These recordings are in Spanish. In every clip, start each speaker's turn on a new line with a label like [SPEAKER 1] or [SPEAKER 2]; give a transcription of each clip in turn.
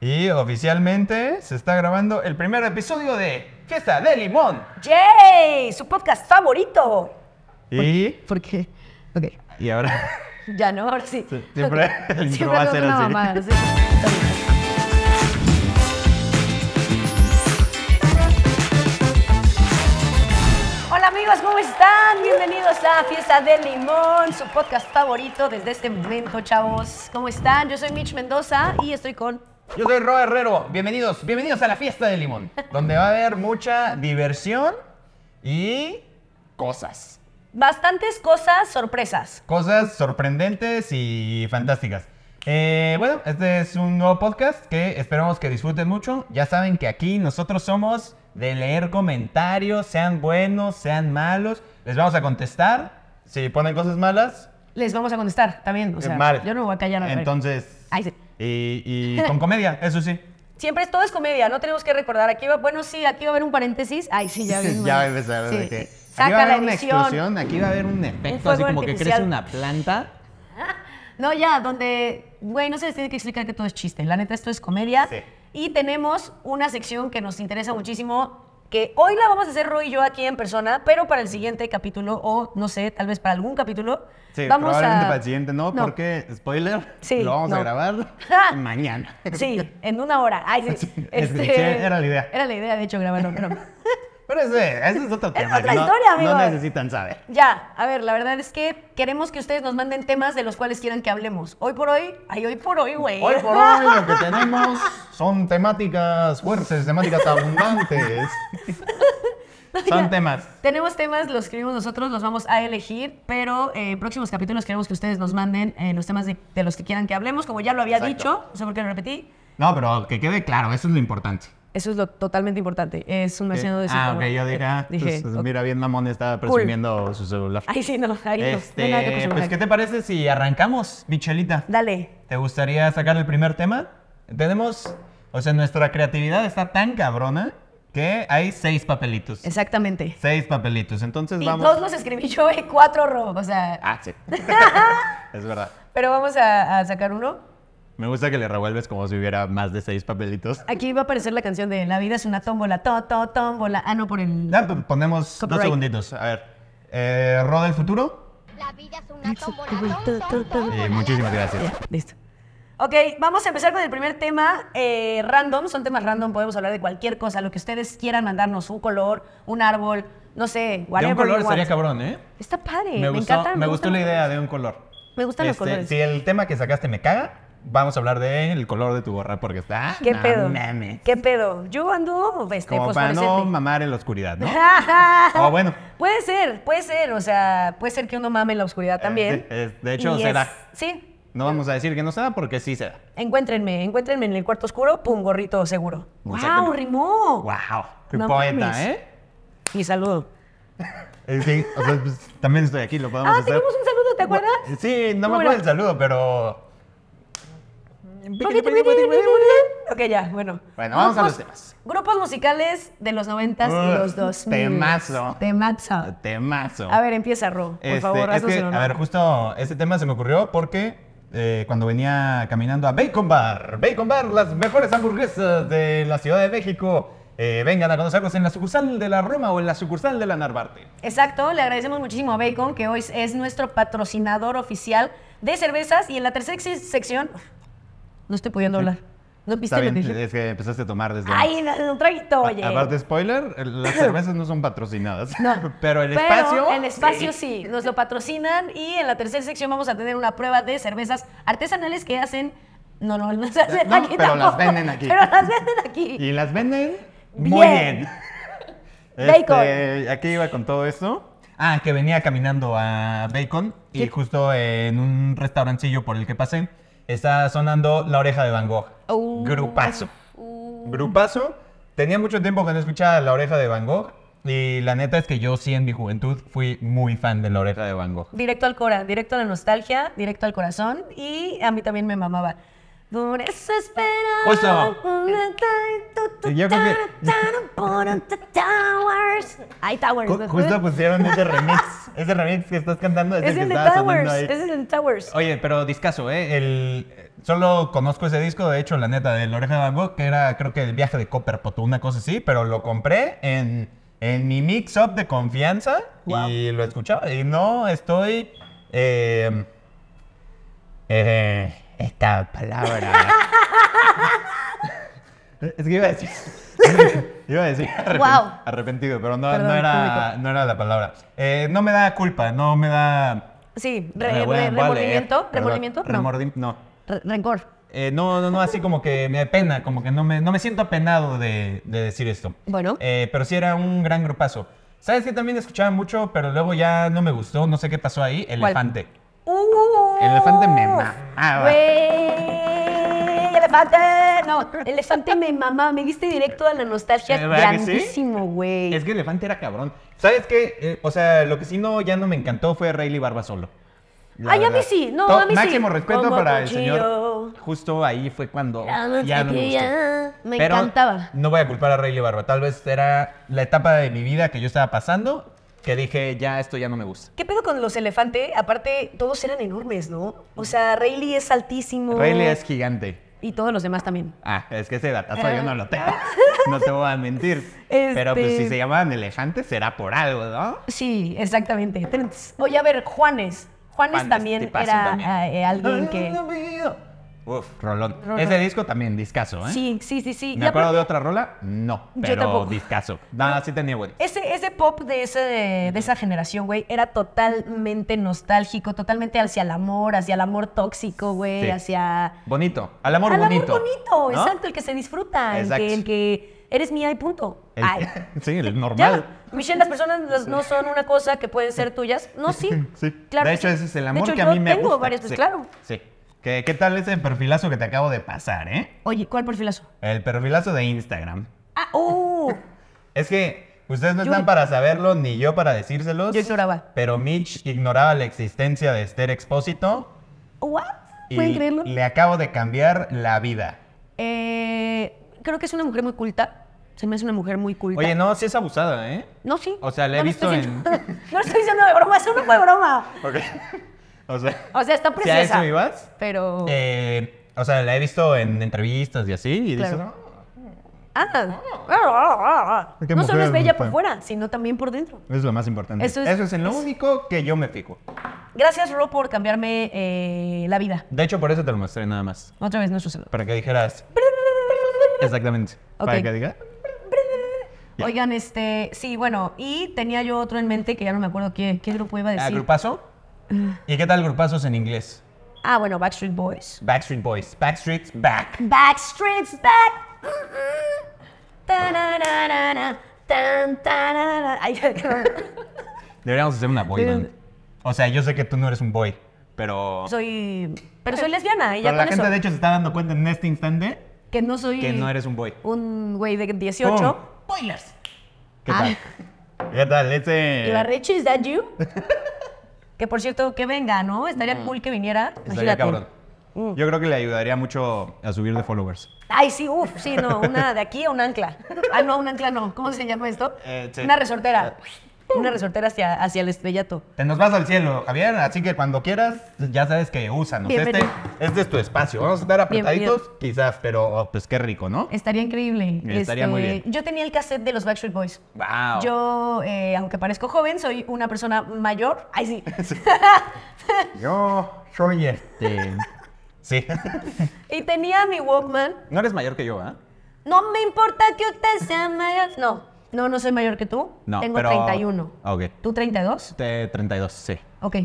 [SPEAKER 1] Y oficialmente se está grabando el primer episodio de Fiesta de Limón.
[SPEAKER 2] ¡Yay! Su podcast favorito.
[SPEAKER 1] Y,
[SPEAKER 3] ¿Por qué? Ok.
[SPEAKER 1] y ahora
[SPEAKER 2] Ya no, ahora sí.
[SPEAKER 1] Sí, siempre
[SPEAKER 2] Ok.
[SPEAKER 1] el intro
[SPEAKER 2] Siempre
[SPEAKER 1] va a
[SPEAKER 2] hago
[SPEAKER 1] ser
[SPEAKER 2] una
[SPEAKER 1] así.
[SPEAKER 2] mamada, sí. Está bien. Hola amigos, ¿cómo están? Bienvenidos a Fiesta de Limón, su podcast favorito desde este momento, chavos. ¿Cómo están? Yo soy Mitch Mendoza y estoy con...
[SPEAKER 1] yo soy Rob Herrero. Bienvenidos, bienvenidos a la Fiesta de Limón, donde va a haber mucha diversión y cosas.
[SPEAKER 2] Bastantes cosas sorpresas.
[SPEAKER 1] Cosas sorprendentes y fantásticas. Eh, bueno, este es un nuevo podcast que esperamos que disfruten mucho. Ya saben que aquí nosotros somos de leer comentarios, sean buenos, sean malos. Les vamos a contestar. Si ponen cosas malas,
[SPEAKER 2] Les vamos a contestar también, o sea,
[SPEAKER 1] eh, mal.
[SPEAKER 2] yo no me voy a callar a ver.
[SPEAKER 1] Entonces,
[SPEAKER 2] Ay, sí.
[SPEAKER 1] y, y con comedia, eso sí.
[SPEAKER 2] Siempre es, todo es comedia, no tenemos que recordar. Aquí va, bueno, sí, aquí va a haber un paréntesis. Ay, sí, ya ves.
[SPEAKER 1] ya va a
[SPEAKER 2] bueno.
[SPEAKER 1] empezar.
[SPEAKER 2] Sí.
[SPEAKER 1] de que- aquí va a
[SPEAKER 2] Saca la
[SPEAKER 1] haber una
[SPEAKER 2] edición.
[SPEAKER 1] explosión, aquí va a haber un efecto,
[SPEAKER 2] fuego
[SPEAKER 1] así como que
[SPEAKER 2] artificial.
[SPEAKER 1] crece una planta.
[SPEAKER 2] No, ya, donde, güey, no se les tiene que explicar que todo es chiste. La neta, esto es comedia.
[SPEAKER 1] Sí.
[SPEAKER 2] Y tenemos una sección que nos interesa muchísimo, que hoy la vamos a hacer Roy y yo aquí en persona, pero para el siguiente capítulo, o no sé, tal vez para algún capítulo,
[SPEAKER 1] Sí,
[SPEAKER 2] vamos
[SPEAKER 1] probablemente
[SPEAKER 2] a...
[SPEAKER 1] para el siguiente no, porque, spoiler,
[SPEAKER 2] Sí,
[SPEAKER 1] lo vamos a
[SPEAKER 2] no.
[SPEAKER 1] grabar mañana.
[SPEAKER 2] Sí, en una hora. Ay, sí. Este,
[SPEAKER 1] Sí, sí, era la idea.
[SPEAKER 2] Era la idea, de hecho, grabarlo. pero-
[SPEAKER 1] Pero ese, ese es otro tema. que
[SPEAKER 2] otra
[SPEAKER 1] no-
[SPEAKER 2] historia,
[SPEAKER 1] No
[SPEAKER 2] amigos.
[SPEAKER 1] necesitan saber.
[SPEAKER 2] Ya, a ver, la verdad es que queremos que ustedes nos manden temas de los cuales quieran que hablemos. Hoy por hoy, ay, hoy por hoy, güey.
[SPEAKER 1] Hoy por hoy lo que tenemos son temáticas fuertes, temáticas abundantes. Son temas.
[SPEAKER 2] Tenemos temas, los escribimos nosotros, los vamos a elegir, pero eh, en próximos capítulos queremos que ustedes nos manden eh, los temas de, de los que quieran que hablemos, como ya lo había
[SPEAKER 1] Exacto.
[SPEAKER 2] dicho, no sé por qué lo repetí.
[SPEAKER 1] No, pero que quede claro, eso es lo importante.
[SPEAKER 2] Eso es lo totalmente importante, es un mencionado de
[SPEAKER 1] ah,
[SPEAKER 2] psicólogo.
[SPEAKER 1] ok, yo dije, ah,
[SPEAKER 2] Eh, Dije,
[SPEAKER 1] pues,
[SPEAKER 2] ok.
[SPEAKER 1] mira, bien mamón estaba presumiendo su celular.
[SPEAKER 2] Ay, sí, no, ahí no, no,
[SPEAKER 1] Este,
[SPEAKER 2] nada que presumirle.
[SPEAKER 1] pues, ¿qué te parece si arrancamos, Michelita?
[SPEAKER 2] Dale.
[SPEAKER 1] ¿Te gustaría sacar el primer tema? Tenemos, o sea, nuestra creatividad está tan cabrona que hay seis papelitos.
[SPEAKER 2] Exactamente.
[SPEAKER 1] Seis papelitos, entonces
[SPEAKER 2] Y
[SPEAKER 1] Pues vamos...
[SPEAKER 2] dos los escribí yo y cuatro Rob, o sea,
[SPEAKER 1] Ah, sí. es verdad.
[SPEAKER 2] pero vamos a, a sacar uno.
[SPEAKER 1] Me gusta que le revuelves como si hubiera más de seis papelitos.
[SPEAKER 2] Aquí va a aparecer la canción de La vida es una tómbola, to, to, tómbola. Ah, no, por el...
[SPEAKER 1] Ya, p- ponemos
[SPEAKER 2] Copyright.
[SPEAKER 1] dos segunditos. A ver. Eh, Roda el futuro.
[SPEAKER 4] La vida es una
[SPEAKER 3] Todo, todo, todo.
[SPEAKER 1] Eh, muchísimas gracias.
[SPEAKER 2] Ya, listo. Ok, vamos a empezar con el primer tema, eh, random, son temas random, podemos hablar de cualquier cosa, lo que ustedes quieran mandarnos, un color, un árbol, no sé,
[SPEAKER 1] De
[SPEAKER 2] whatever
[SPEAKER 1] un color
[SPEAKER 2] you want.
[SPEAKER 1] estaría cabrón, ¿eh?
[SPEAKER 2] Está padre, me,
[SPEAKER 1] me gustó,
[SPEAKER 2] encanta.
[SPEAKER 1] me gustó
[SPEAKER 2] gustan
[SPEAKER 1] la
[SPEAKER 2] los
[SPEAKER 1] idea
[SPEAKER 2] colores.
[SPEAKER 1] de un color.
[SPEAKER 2] Me gustan los
[SPEAKER 1] Este,
[SPEAKER 2] colores.
[SPEAKER 1] Si el tema que sacaste me caga, vamos a hablar del color de tu gorra porque está.
[SPEAKER 2] ¿Qué
[SPEAKER 1] no
[SPEAKER 2] pedo?
[SPEAKER 1] mames.
[SPEAKER 2] ¿Qué pedo? Yo ando este,
[SPEAKER 1] Como para no
[SPEAKER 2] fosforescente.
[SPEAKER 1] mamar en la oscuridad, ¿no?
[SPEAKER 2] Ah,
[SPEAKER 1] O bueno.
[SPEAKER 2] Puede ser, puede ser, o sea, puede ser que uno mame en la oscuridad también.
[SPEAKER 1] sí, es- Eh, de hecho,
[SPEAKER 2] Y
[SPEAKER 1] se
[SPEAKER 2] es-
[SPEAKER 1] da.
[SPEAKER 2] Sí,
[SPEAKER 1] No vamos a decir que no se da porque sí se da.
[SPEAKER 2] encuéntrenme, encuéntrenme en el cuarto oscuro, pum, gorrito seguro.
[SPEAKER 1] Exactamente.
[SPEAKER 2] ¡Wow, rimó!
[SPEAKER 1] ¡Wow! ¡Qué
[SPEAKER 2] No
[SPEAKER 1] poeta,
[SPEAKER 2] mames.
[SPEAKER 1] eh!
[SPEAKER 2] Y saludo.
[SPEAKER 1] Eh, sí, o sea, pues, también estoy aquí, lo podemos
[SPEAKER 2] Ah,
[SPEAKER 1] hacer.
[SPEAKER 2] tenemos un saludo, ¿te acuerdas?
[SPEAKER 1] Sí, no me
[SPEAKER 2] Bueno.
[SPEAKER 1] acuerdo el saludo, pero.
[SPEAKER 2] Ok, ya, bueno.
[SPEAKER 1] Bueno, vamos a los temas.
[SPEAKER 2] Grupos musicales de los 90 y
[SPEAKER 1] Ugh,
[SPEAKER 2] los 2000.
[SPEAKER 1] temazo.
[SPEAKER 2] Temazo.
[SPEAKER 1] Temazo.
[SPEAKER 2] A ver, empieza, Ro. Por
[SPEAKER 1] Este,
[SPEAKER 2] favor,
[SPEAKER 1] es
[SPEAKER 2] haznos
[SPEAKER 1] que,
[SPEAKER 2] el honor.
[SPEAKER 1] A ver, justo ese tema se me ocurrió porque eh, cuando venía caminando a Bacon Bar, Bacon Bar, las mejores hamburguesas de la Ciudad de México, eh, vengan a conocerlos en la sucursal de la Roma o en la sucursal de la Narvarte.
[SPEAKER 2] Exacto, le agradecemos muchísimo a Bacon, que hoy es nuestro patrocinador oficial de cervezas. Y en la tercera sec- sección. No estoy pudiendo hablar. ¿No viste
[SPEAKER 1] Está
[SPEAKER 2] lo que
[SPEAKER 1] bien,
[SPEAKER 2] dije?
[SPEAKER 1] es que empezaste a tomar desde...
[SPEAKER 2] Ay, no, un traguito, oye.
[SPEAKER 1] A- Aparte, spoiler, el- las cervezas no son patrocinadas.
[SPEAKER 2] No.
[SPEAKER 1] Pero el
[SPEAKER 2] Pero
[SPEAKER 1] espacio...
[SPEAKER 2] El espacio sí. nos lo patrocinan y en la tercera sección vamos a tener una prueba de cervezas artesanales que hacen. No, no, no se hacen
[SPEAKER 1] No,
[SPEAKER 2] aquí
[SPEAKER 1] pero las
[SPEAKER 2] tampoco,
[SPEAKER 1] venden aquí.
[SPEAKER 2] Pero las venden aquí.
[SPEAKER 1] Y las venden muy
[SPEAKER 2] Bien.
[SPEAKER 1] bien.
[SPEAKER 2] Bacon.
[SPEAKER 1] Este, ¿A qué iba con todo esto? Ah, que venía caminando a Bacon y justo en un restaurancillo por el que pasé está sonando La Oreja de Van Gogh.
[SPEAKER 2] Uh.
[SPEAKER 1] Grupazo. Grupazo. Tenía mucho tiempo que no escuchaba La Oreja de Van Gogh y la neta es que yo sí en mi juventud fui muy fan de La Oreja de Van Gogh.
[SPEAKER 2] Directo al Cora, directo a la nostalgia, directo al corazón y a mí también me mamaba. Por eso esperaba
[SPEAKER 1] Justo.
[SPEAKER 2] una tarde, tu,
[SPEAKER 1] Yo creo que-
[SPEAKER 2] Towers. Ay, Towers.
[SPEAKER 1] Ju-
[SPEAKER 2] me fue.
[SPEAKER 1] Justo pusieron ese remix. ese remix que estás cantando es,
[SPEAKER 2] Es
[SPEAKER 1] el
[SPEAKER 2] el
[SPEAKER 1] que
[SPEAKER 2] de
[SPEAKER 1] estaba sonando
[SPEAKER 2] Towers.
[SPEAKER 1] ahí.
[SPEAKER 2] Es el de Towers.
[SPEAKER 1] Oye, pero discaso, ¿eh? El, eh, solo conozco ese disco, de hecho, la neta, de La Oreja de Van Gogh, que era, creo que el viaje de Copperpot, una cosa así, pero lo compré en, en mi mix-up de confianza
[SPEAKER 2] Guau.
[SPEAKER 1] y lo escuchaba. Y no estoy. eh, eh, esta palabra. es que iba a decir. iba a decir arrepen-
[SPEAKER 2] Guau.
[SPEAKER 1] arrepentido, pero no,
[SPEAKER 2] Perdón,
[SPEAKER 1] no, era, no era la palabra. Eh, no me da culpa, no me da.
[SPEAKER 2] Sí, re-
[SPEAKER 1] Re-
[SPEAKER 2] re-
[SPEAKER 1] voy a- voy a leer,
[SPEAKER 2] remordimiento.
[SPEAKER 1] eh, perdón.
[SPEAKER 2] Remordimiento. No.
[SPEAKER 1] Remordim- no.
[SPEAKER 2] Re- Rencor.
[SPEAKER 1] Eh, no, no, no, así como que me pena, como que no me, no me siento apenado de, de decir esto.
[SPEAKER 2] Bueno.
[SPEAKER 1] Eh, pero sí era un gran grupazo. ¿Sabes que también escuchaba mucho, pero luego ya no me gustó, no sé qué pasó ahí? Elefante.
[SPEAKER 2] Uh,
[SPEAKER 1] Elefante Ah, me mamaba.
[SPEAKER 2] Güey, elefante. No, elefante me mamá. Me diste directo a la nostalgia
[SPEAKER 1] ¿Verdad que sí?
[SPEAKER 2] grandísimo, güey.
[SPEAKER 1] Es que Elefante era cabrón. ¿Sabes qué? Eh, o sea, lo que sí no, ya no me encantó fue Rayleigh Barba Solo. La
[SPEAKER 2] Ay, a
[SPEAKER 1] verdad.
[SPEAKER 2] mí sí, no,
[SPEAKER 1] To-
[SPEAKER 2] a mí sí.
[SPEAKER 1] Máximo respeto
[SPEAKER 2] Como
[SPEAKER 1] para el
[SPEAKER 2] cuchillo.
[SPEAKER 1] señor. Justo ahí fue cuando
[SPEAKER 2] La
[SPEAKER 1] ya no me gustó.
[SPEAKER 2] mantequilla. Me
[SPEAKER 1] Pero
[SPEAKER 2] encantaba.
[SPEAKER 1] No voy a culpar a Rayleigh Barba. Tal vez era la etapa de mi vida que yo estaba pasando que dije, ya, esto ya no me gusta.
[SPEAKER 2] ¿Qué pedo con los elefantes? Aparte, todos eran enormes, ¿no? O sea, Rayleigh es altísimo.
[SPEAKER 1] Rayleigh es gigante.
[SPEAKER 2] Y todos los demás también.
[SPEAKER 1] Ah, es que ese datazo yo no lo tengo. No te voy a mentir. Pero pues
[SPEAKER 2] Ah. Este-
[SPEAKER 1] si se llamaban elefantes será por algo, ¿no?
[SPEAKER 2] Sí, exactamente. Trents. Oye, a ver, Juanes. Juanes,
[SPEAKER 1] Juanes,
[SPEAKER 2] también
[SPEAKER 1] tipazo
[SPEAKER 2] era
[SPEAKER 1] también.
[SPEAKER 2] eh, alguien que...
[SPEAKER 1] Uf, rolón.
[SPEAKER 2] Rolón.
[SPEAKER 1] Ese disco también, discaso, ¿eh?
[SPEAKER 2] Sí, sí, sí, sí.
[SPEAKER 1] ¿Me
[SPEAKER 2] Y
[SPEAKER 1] acuerdo
[SPEAKER 2] aparte-
[SPEAKER 1] de otra rola? No,
[SPEAKER 2] Yo
[SPEAKER 1] pero
[SPEAKER 2] tampoco. Eh,
[SPEAKER 1] discaso. Nada, sí tenía bueno.
[SPEAKER 2] Ese, ese pop de, ese, de esa generación, güey, era totalmente nostálgico, totalmente hacia el amor, hacia el amor tóxico, güey,
[SPEAKER 1] Sí.
[SPEAKER 2] hacia...
[SPEAKER 1] Bonito. Al amor
[SPEAKER 2] al
[SPEAKER 1] bonito.
[SPEAKER 2] amor bonito,
[SPEAKER 1] ¿no?
[SPEAKER 2] exacto, el que se disfruta, el
[SPEAKER 1] Exacto.
[SPEAKER 2] que, el que eres mía y punto.
[SPEAKER 1] El-
[SPEAKER 2] Ay.
[SPEAKER 1] sí, el normal.
[SPEAKER 2] Ya, Michelle, las personas las- no son una cosa que pueden ser tuyas. No, sí.
[SPEAKER 1] Sí.
[SPEAKER 2] Claro
[SPEAKER 1] de
[SPEAKER 2] que
[SPEAKER 1] hecho,
[SPEAKER 2] sí.
[SPEAKER 1] ese es el
[SPEAKER 2] De
[SPEAKER 1] amor
[SPEAKER 2] hecho,
[SPEAKER 1] que a
[SPEAKER 2] yo
[SPEAKER 1] mí me gusta.
[SPEAKER 2] tengo varias, pues,
[SPEAKER 1] Sí,
[SPEAKER 2] claro.
[SPEAKER 1] Sí. ¿Qué, ¿Qué tal ese perfilazo que te acabo de pasar, eh?
[SPEAKER 2] Oye, ¿cuál perfilazo?
[SPEAKER 1] El perfilazo de Instagram.
[SPEAKER 2] Ah, oh,
[SPEAKER 1] Es que ustedes no
[SPEAKER 2] Yo-
[SPEAKER 1] están para saberlo ni yo para decírselos.
[SPEAKER 2] Yo ignoraba.
[SPEAKER 1] Pero Mitch ignoraba la existencia de Esther Expósito
[SPEAKER 2] what?
[SPEAKER 1] y
[SPEAKER 2] ¿Pueden creerlo?
[SPEAKER 1] le acabo de cambiar la vida.
[SPEAKER 2] Eh, creo que es una mujer muy culta. Se me hace una mujer muy culta.
[SPEAKER 1] Oye, no, sí es abusada, ¿eh?
[SPEAKER 2] No, sí.
[SPEAKER 1] O sea, la he
[SPEAKER 2] No lo
[SPEAKER 1] visto
[SPEAKER 2] estoy
[SPEAKER 1] en-
[SPEAKER 2] diciendo- no lo estoy diciendo de broma, eso no fue broma.
[SPEAKER 1] Ok. o sea,
[SPEAKER 2] O sea,
[SPEAKER 1] ¿si
[SPEAKER 2] está
[SPEAKER 1] a
[SPEAKER 2] Ah, preciosa.
[SPEAKER 1] eso ibas?
[SPEAKER 2] Pero...
[SPEAKER 1] Eh, o sea, la he visto en entrevistas y así y
[SPEAKER 2] Claro.
[SPEAKER 1] dices, "No,
[SPEAKER 2] Ah, ah, ah, ah.
[SPEAKER 1] Oh. Qué
[SPEAKER 2] No solo
[SPEAKER 1] mujer
[SPEAKER 2] es bella
[SPEAKER 1] fue.
[SPEAKER 2] por fuera, sino también por dentro.
[SPEAKER 1] Eso es lo más importante.
[SPEAKER 2] Eso es-
[SPEAKER 1] en lo
[SPEAKER 2] es-
[SPEAKER 1] único que yo me fijo.
[SPEAKER 2] Gracias, Ro, por cambiarme eh, la vida.
[SPEAKER 1] De hecho, por eso te lo mostré nada más.
[SPEAKER 2] Otra vez nuestro celular.
[SPEAKER 1] Para que dijeras. Exactamente.
[SPEAKER 2] Ok.
[SPEAKER 1] Para que diga. Ya.
[SPEAKER 2] Oigan, este, sí, bueno, y tenía yo otro en mente que ya no me acuerdo qué, qué grupo iba a
[SPEAKER 1] Ah,
[SPEAKER 2] decir.
[SPEAKER 1] ¿Grupazo? ¿Y qué tal grupazos en inglés?
[SPEAKER 2] Ah, bueno, Backstreet Boys.
[SPEAKER 1] Backstreet Boys. Backstreet's back.
[SPEAKER 2] Backstreet's back. Mm-mm. Ta-ra-ra-ra-ra. Tan, ta-ra-ra. Ay,
[SPEAKER 1] Deberíamos hacer una boy band. O sea, yo sé que tú no eres un boy, pero.
[SPEAKER 2] soy, pero soy lesbiana y ya
[SPEAKER 1] pero la
[SPEAKER 2] con
[SPEAKER 1] gente,
[SPEAKER 2] eso.
[SPEAKER 1] de hecho, se está dando cuenta en este instante
[SPEAKER 2] Que no soy
[SPEAKER 1] que no eres Oh. un boy.
[SPEAKER 2] un güey de 18.
[SPEAKER 1] Pum.
[SPEAKER 2] Spoilers.
[SPEAKER 1] ¿Qué
[SPEAKER 2] Ah.
[SPEAKER 1] tal? ¿Qué tal?
[SPEAKER 2] Y la
[SPEAKER 1] Ese.
[SPEAKER 2] Rich, is that you? que por cierto, que venga, ¿no? Estaría cool que viniera.
[SPEAKER 1] Mm. Estaría
[SPEAKER 2] Imagínate. Mm.
[SPEAKER 1] cabrón. Yo creo que le ayudaría mucho a subir de followers.
[SPEAKER 2] Ay, sí, uff, sí, no, una de aquí a un ancla. Ay, no, un ancla no. ¿Cómo se llama esto?
[SPEAKER 1] Eh, sí. Eh.
[SPEAKER 2] Una resortera. Una resortera hacia, hacia el estrellato.
[SPEAKER 1] Te nos vas al cielo, Javier, así que cuando quieras, ya sabes que úsanos. Este,
[SPEAKER 2] Bienvenido.
[SPEAKER 1] este es tu espacio. Vamos a estar apretaditos,
[SPEAKER 2] Bienvenido. Eh,
[SPEAKER 1] quizás, pero oh, pues qué rico, ¿no?
[SPEAKER 2] Estaría increíble. Este,
[SPEAKER 1] Estaría muy bien.
[SPEAKER 2] Yo tenía el cassette de los Backstreet Boys.
[SPEAKER 1] Wow.
[SPEAKER 2] Yo, eh, aunque parezco joven, soy una persona mayor. Ay, sí.
[SPEAKER 1] Yo soy este. Sí.
[SPEAKER 2] Y tenía mi Walkman.
[SPEAKER 1] No eres mayor que yo, ¿ah?
[SPEAKER 2] No me importa que usted sea mayor. No, no, no soy mayor que tú.
[SPEAKER 1] No,
[SPEAKER 2] Tengo
[SPEAKER 1] pero-
[SPEAKER 2] 31.
[SPEAKER 1] Ah, ok.
[SPEAKER 2] ¿Tú 32?
[SPEAKER 1] Este, 32, sí.
[SPEAKER 2] Ok.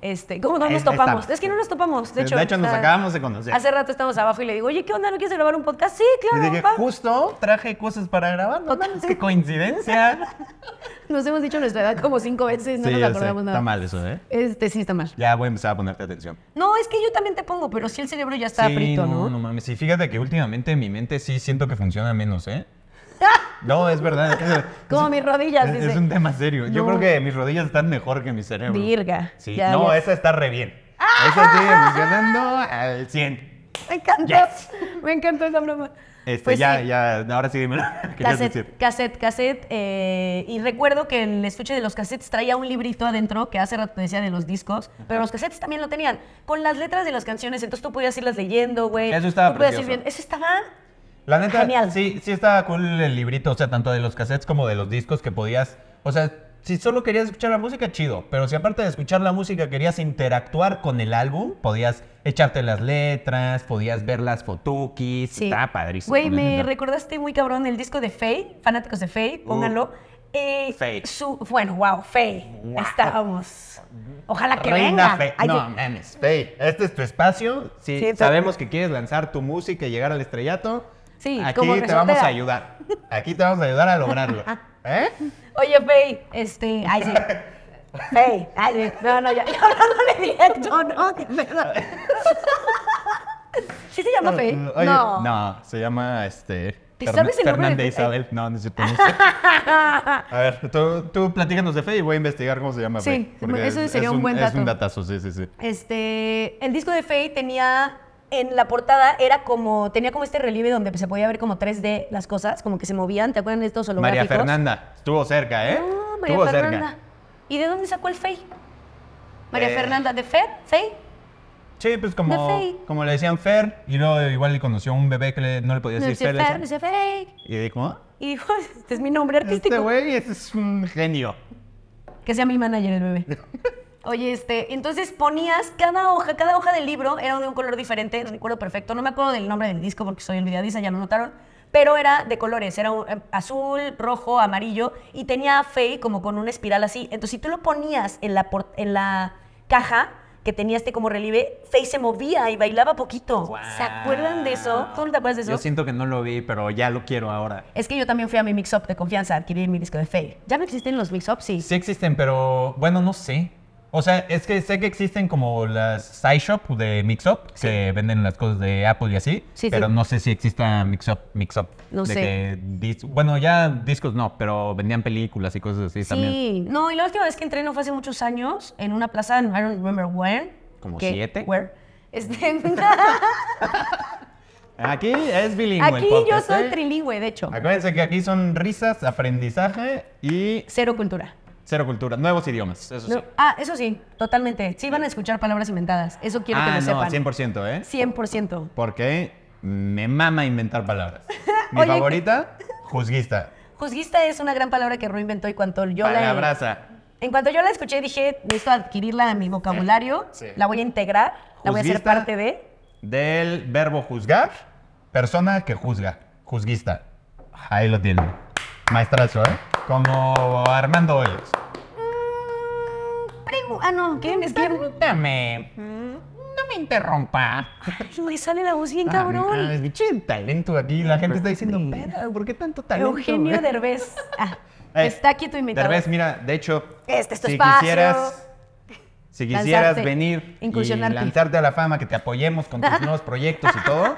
[SPEAKER 2] Este, ¿Cómo no
[SPEAKER 1] Ahí-
[SPEAKER 2] nos
[SPEAKER 1] ahí
[SPEAKER 2] topamos?
[SPEAKER 1] estamos.
[SPEAKER 2] Es que no nos topamos. De hecho,
[SPEAKER 1] nos
[SPEAKER 2] ah,
[SPEAKER 1] acabamos de conocer.
[SPEAKER 2] Hace rato estamos abajo y le digo, oye, ¿qué onda? ¿No quieres grabar un podcast? Sí,
[SPEAKER 1] Y
[SPEAKER 2] claro.
[SPEAKER 1] dije,
[SPEAKER 2] va".
[SPEAKER 1] justo traje cosas para grabar. No,
[SPEAKER 2] Total.
[SPEAKER 1] mames, qué coincidencia.
[SPEAKER 2] Nos hemos dicho nuestra edad como cinco veces, no nos
[SPEAKER 1] ya
[SPEAKER 2] acordamos nada.
[SPEAKER 1] Está mal eso, ¿eh?
[SPEAKER 2] Este, sí, está mal.
[SPEAKER 1] Ya voy a empezar a ponerte atención.
[SPEAKER 2] No, es que yo también te pongo, pero sí el cerebro ya está frito, ¿no?
[SPEAKER 1] no, mames. Sí, fíjate que últimamente mi mente sí siento que funciona menos, ¿eh? No, es verdad.
[SPEAKER 2] como mis rodillas,
[SPEAKER 1] Es,
[SPEAKER 2] dice.
[SPEAKER 1] es un tema serio. Yo
[SPEAKER 2] No.
[SPEAKER 1] creo que mis rodillas están mejor que mi cerebro.
[SPEAKER 2] Virga.
[SPEAKER 1] Sí.
[SPEAKER 2] Ya, Ah.
[SPEAKER 1] no,
[SPEAKER 2] ya.
[SPEAKER 1] esa está re bien. Esa sigue funcionando al 100.
[SPEAKER 2] Me encantó.
[SPEAKER 1] Yes.
[SPEAKER 2] Me encantó esa broma.
[SPEAKER 1] Este,
[SPEAKER 2] Pues
[SPEAKER 1] ya,
[SPEAKER 2] sí.
[SPEAKER 1] ya, ahora sí dime lo que querías
[SPEAKER 2] Cassette,
[SPEAKER 1] decir.
[SPEAKER 2] cassette, cassette. eh, y recuerdo que el estuche de los cassettes traía un librito adentro que hace rato te decía de los discos, pero los cassettes también lo tenían, con las letras de las canciones. Entonces tú podías irlas leyendo, güey.
[SPEAKER 1] Eso estaba
[SPEAKER 2] Tú podías ir
[SPEAKER 1] precioso.
[SPEAKER 2] viendo- Eso estaba.
[SPEAKER 1] La neta,
[SPEAKER 2] Genial.
[SPEAKER 1] sí, sí estaba cool el librito, o sea, tanto de los cassettes como de los discos que podías, o sea, si solo querías escuchar la música, chido, pero si aparte de escuchar la música querías interactuar con el álbum, podías echarte las letras, podías ver las fotukis,
[SPEAKER 2] Sí.
[SPEAKER 1] estaba padrísimo.
[SPEAKER 2] Güey,
[SPEAKER 1] la
[SPEAKER 2] me
[SPEAKER 1] neta.
[SPEAKER 2] recordaste muy cabrón el disco de Faye, fanáticos de Faye, pónganlo. Eh,
[SPEAKER 1] Uh, Faye.
[SPEAKER 2] su- bueno, wow, Faye.
[SPEAKER 1] Wow.
[SPEAKER 2] Estábamos. Ojalá que
[SPEAKER 1] Reina
[SPEAKER 2] venga.
[SPEAKER 1] Fe-
[SPEAKER 2] Ay,
[SPEAKER 1] No, mames, Fe, este es tu espacio. Si
[SPEAKER 2] Sí,
[SPEAKER 1] sabemos que quieres lanzar tu música y llegar al estrellato,
[SPEAKER 2] Sí,
[SPEAKER 1] aquí
[SPEAKER 2] como
[SPEAKER 1] te vamos
[SPEAKER 2] resortera.
[SPEAKER 1] a ayudar. Aquí te vamos a ayudar a lograrlo. ¿Eh?
[SPEAKER 2] Oye, Fey, este, ay, sí. Fey, ay, sí. No, no, ya, ya hablándole directo, no, qué pedo. ¿Sí se llama Fey?
[SPEAKER 1] Oye,
[SPEAKER 2] no.
[SPEAKER 1] se llama este.
[SPEAKER 2] ¿Te
[SPEAKER 1] Fernan-
[SPEAKER 2] sabes el nombre
[SPEAKER 1] Fernanda
[SPEAKER 2] de-
[SPEAKER 1] Isabel. No, no es cierto, no sé. A ver, tú, tú platícanos de Fe y voy a investigar cómo se llama
[SPEAKER 2] Sí,
[SPEAKER 1] Fe. porque
[SPEAKER 2] eso sería un buen
[SPEAKER 1] Es un
[SPEAKER 2] dato.
[SPEAKER 1] datazo, sí, sí, sí.
[SPEAKER 2] Este, el disco de Fey tenía en la portada era como tenía como este relieve donde se podía ver como 3D las cosas, como que se movían, ¿te acuerdan de estos
[SPEAKER 1] María
[SPEAKER 2] holográficos?
[SPEAKER 1] Fernanda, estuvo cerca, ¿eh?
[SPEAKER 2] No, Ah, María
[SPEAKER 1] estuvo
[SPEAKER 2] Fernanda.
[SPEAKER 1] cerca.
[SPEAKER 2] ¿Y de dónde sacó el Fey? María
[SPEAKER 1] Eh.
[SPEAKER 2] Fernanda de Fey, Fey.
[SPEAKER 1] Sí, pues
[SPEAKER 2] De
[SPEAKER 1] como,
[SPEAKER 2] Fe.
[SPEAKER 1] como le decían Fer, y luego igual le conoció a un bebé que le- no le podía
[SPEAKER 2] No
[SPEAKER 1] decir
[SPEAKER 2] sé,
[SPEAKER 1] Fer. le
[SPEAKER 2] Fer, no
[SPEAKER 1] decían-
[SPEAKER 2] sé, Fey.
[SPEAKER 1] Y dijo,
[SPEAKER 2] Y dijo, este es mi nombre artístico.
[SPEAKER 1] "Ah, Este güey es- es un genio.
[SPEAKER 2] Que sea mi manager el bebé. Oye, este, entonces ponías cada hoja, cada hoja del libro era de un color diferente, recuerdo perfecto, no me acuerdo del nombre del disco porque soy olvidadiza, ya lo notaron, pero era de colores, era un- eh, azul, rojo, amarillo y tenía a Faye como con una espiral así, entonces si tú lo ponías en la, por- en la caja que tenía este como relieve, Faye se movía y bailaba poquito. ¿Se acuerdan de eso? ¿Tú no te acuerdas de eso?
[SPEAKER 1] Yo siento que no lo vi, pero ya lo quiero ahora.
[SPEAKER 2] Es que yo también fui a mi mix-up de confianza a adquirir mi disco de Faye. ¿Ya no existen los mix-ups? Sí.
[SPEAKER 1] Sí existen, pero bueno, no sé. O sea, es que sé que existen como las side shop de Mix Up, que venden las cosas de Apple y así,
[SPEAKER 2] Sí, sí.
[SPEAKER 1] pero no sé si exista Mix Up, Mix Up.
[SPEAKER 2] No
[SPEAKER 1] de
[SPEAKER 2] sé.
[SPEAKER 1] que dis- bueno, ya discos no, pero vendían películas y cosas así también.
[SPEAKER 2] Sí, no, y la última vez que entré no fue hace muchos años en una plaza, no, I don't remember where.
[SPEAKER 1] ¿Como
[SPEAKER 2] que-
[SPEAKER 1] siete?
[SPEAKER 2] Where. Este,
[SPEAKER 1] Aquí es bilingüe. el
[SPEAKER 2] aquí yo
[SPEAKER 1] podcast,
[SPEAKER 2] soy
[SPEAKER 1] ¿eh?
[SPEAKER 2] trilingüe, de hecho.
[SPEAKER 1] Acuérdense que aquí son risas, aprendizaje y
[SPEAKER 2] Cero cultura.
[SPEAKER 1] cero cultura, nuevos idiomas. Eso
[SPEAKER 2] No-
[SPEAKER 1] sí.
[SPEAKER 2] Ah, eso sí, totalmente. Sí van a escuchar palabras inventadas. Eso quiero que
[SPEAKER 1] ah,
[SPEAKER 2] lo
[SPEAKER 1] no,
[SPEAKER 2] sepan.
[SPEAKER 1] 100%, ¿eh?
[SPEAKER 2] 100%.
[SPEAKER 1] Porque me mama inventar palabras. Mi
[SPEAKER 2] Oye,
[SPEAKER 1] favorita, juzguista.
[SPEAKER 2] Juzguista es una gran palabra que Ro inventó y cuanto yo la...
[SPEAKER 1] Palabraza.
[SPEAKER 2] En cuanto yo la escuché dije, necesito adquirirla en mi vocabulario,
[SPEAKER 1] Sí.
[SPEAKER 2] la voy a integrar, la voy a hacer
[SPEAKER 1] Juzguista.
[SPEAKER 2] parte de...
[SPEAKER 1] Del verbo juzgar, persona que juzga, juzguista. Ahí lo tienen. Maestrazo, ¿eh? Como Armando Hoyos.
[SPEAKER 2] Pregu- Ah, no, ¿qué? Es que
[SPEAKER 1] Permítame. No me interrumpa.
[SPEAKER 2] me sale la voz bien cabrón.
[SPEAKER 1] Ah, es pinche talento aquí. La gente está diciendo, "Pera, ¿por qué tanto talento?
[SPEAKER 2] Eugenio
[SPEAKER 1] güey?"
[SPEAKER 2] Derbez. Ah,
[SPEAKER 1] Eh,
[SPEAKER 2] está aquí tu invitado.
[SPEAKER 1] Derbez, mira, de hecho,
[SPEAKER 2] Este es tu
[SPEAKER 1] si
[SPEAKER 2] espacio.
[SPEAKER 1] quisieras, si quisieras
[SPEAKER 2] Lanzarte,
[SPEAKER 1] venir y
[SPEAKER 2] incursionarte.
[SPEAKER 1] lanzarte a la fama, que te apoyemos con tus nuevos proyectos y todo,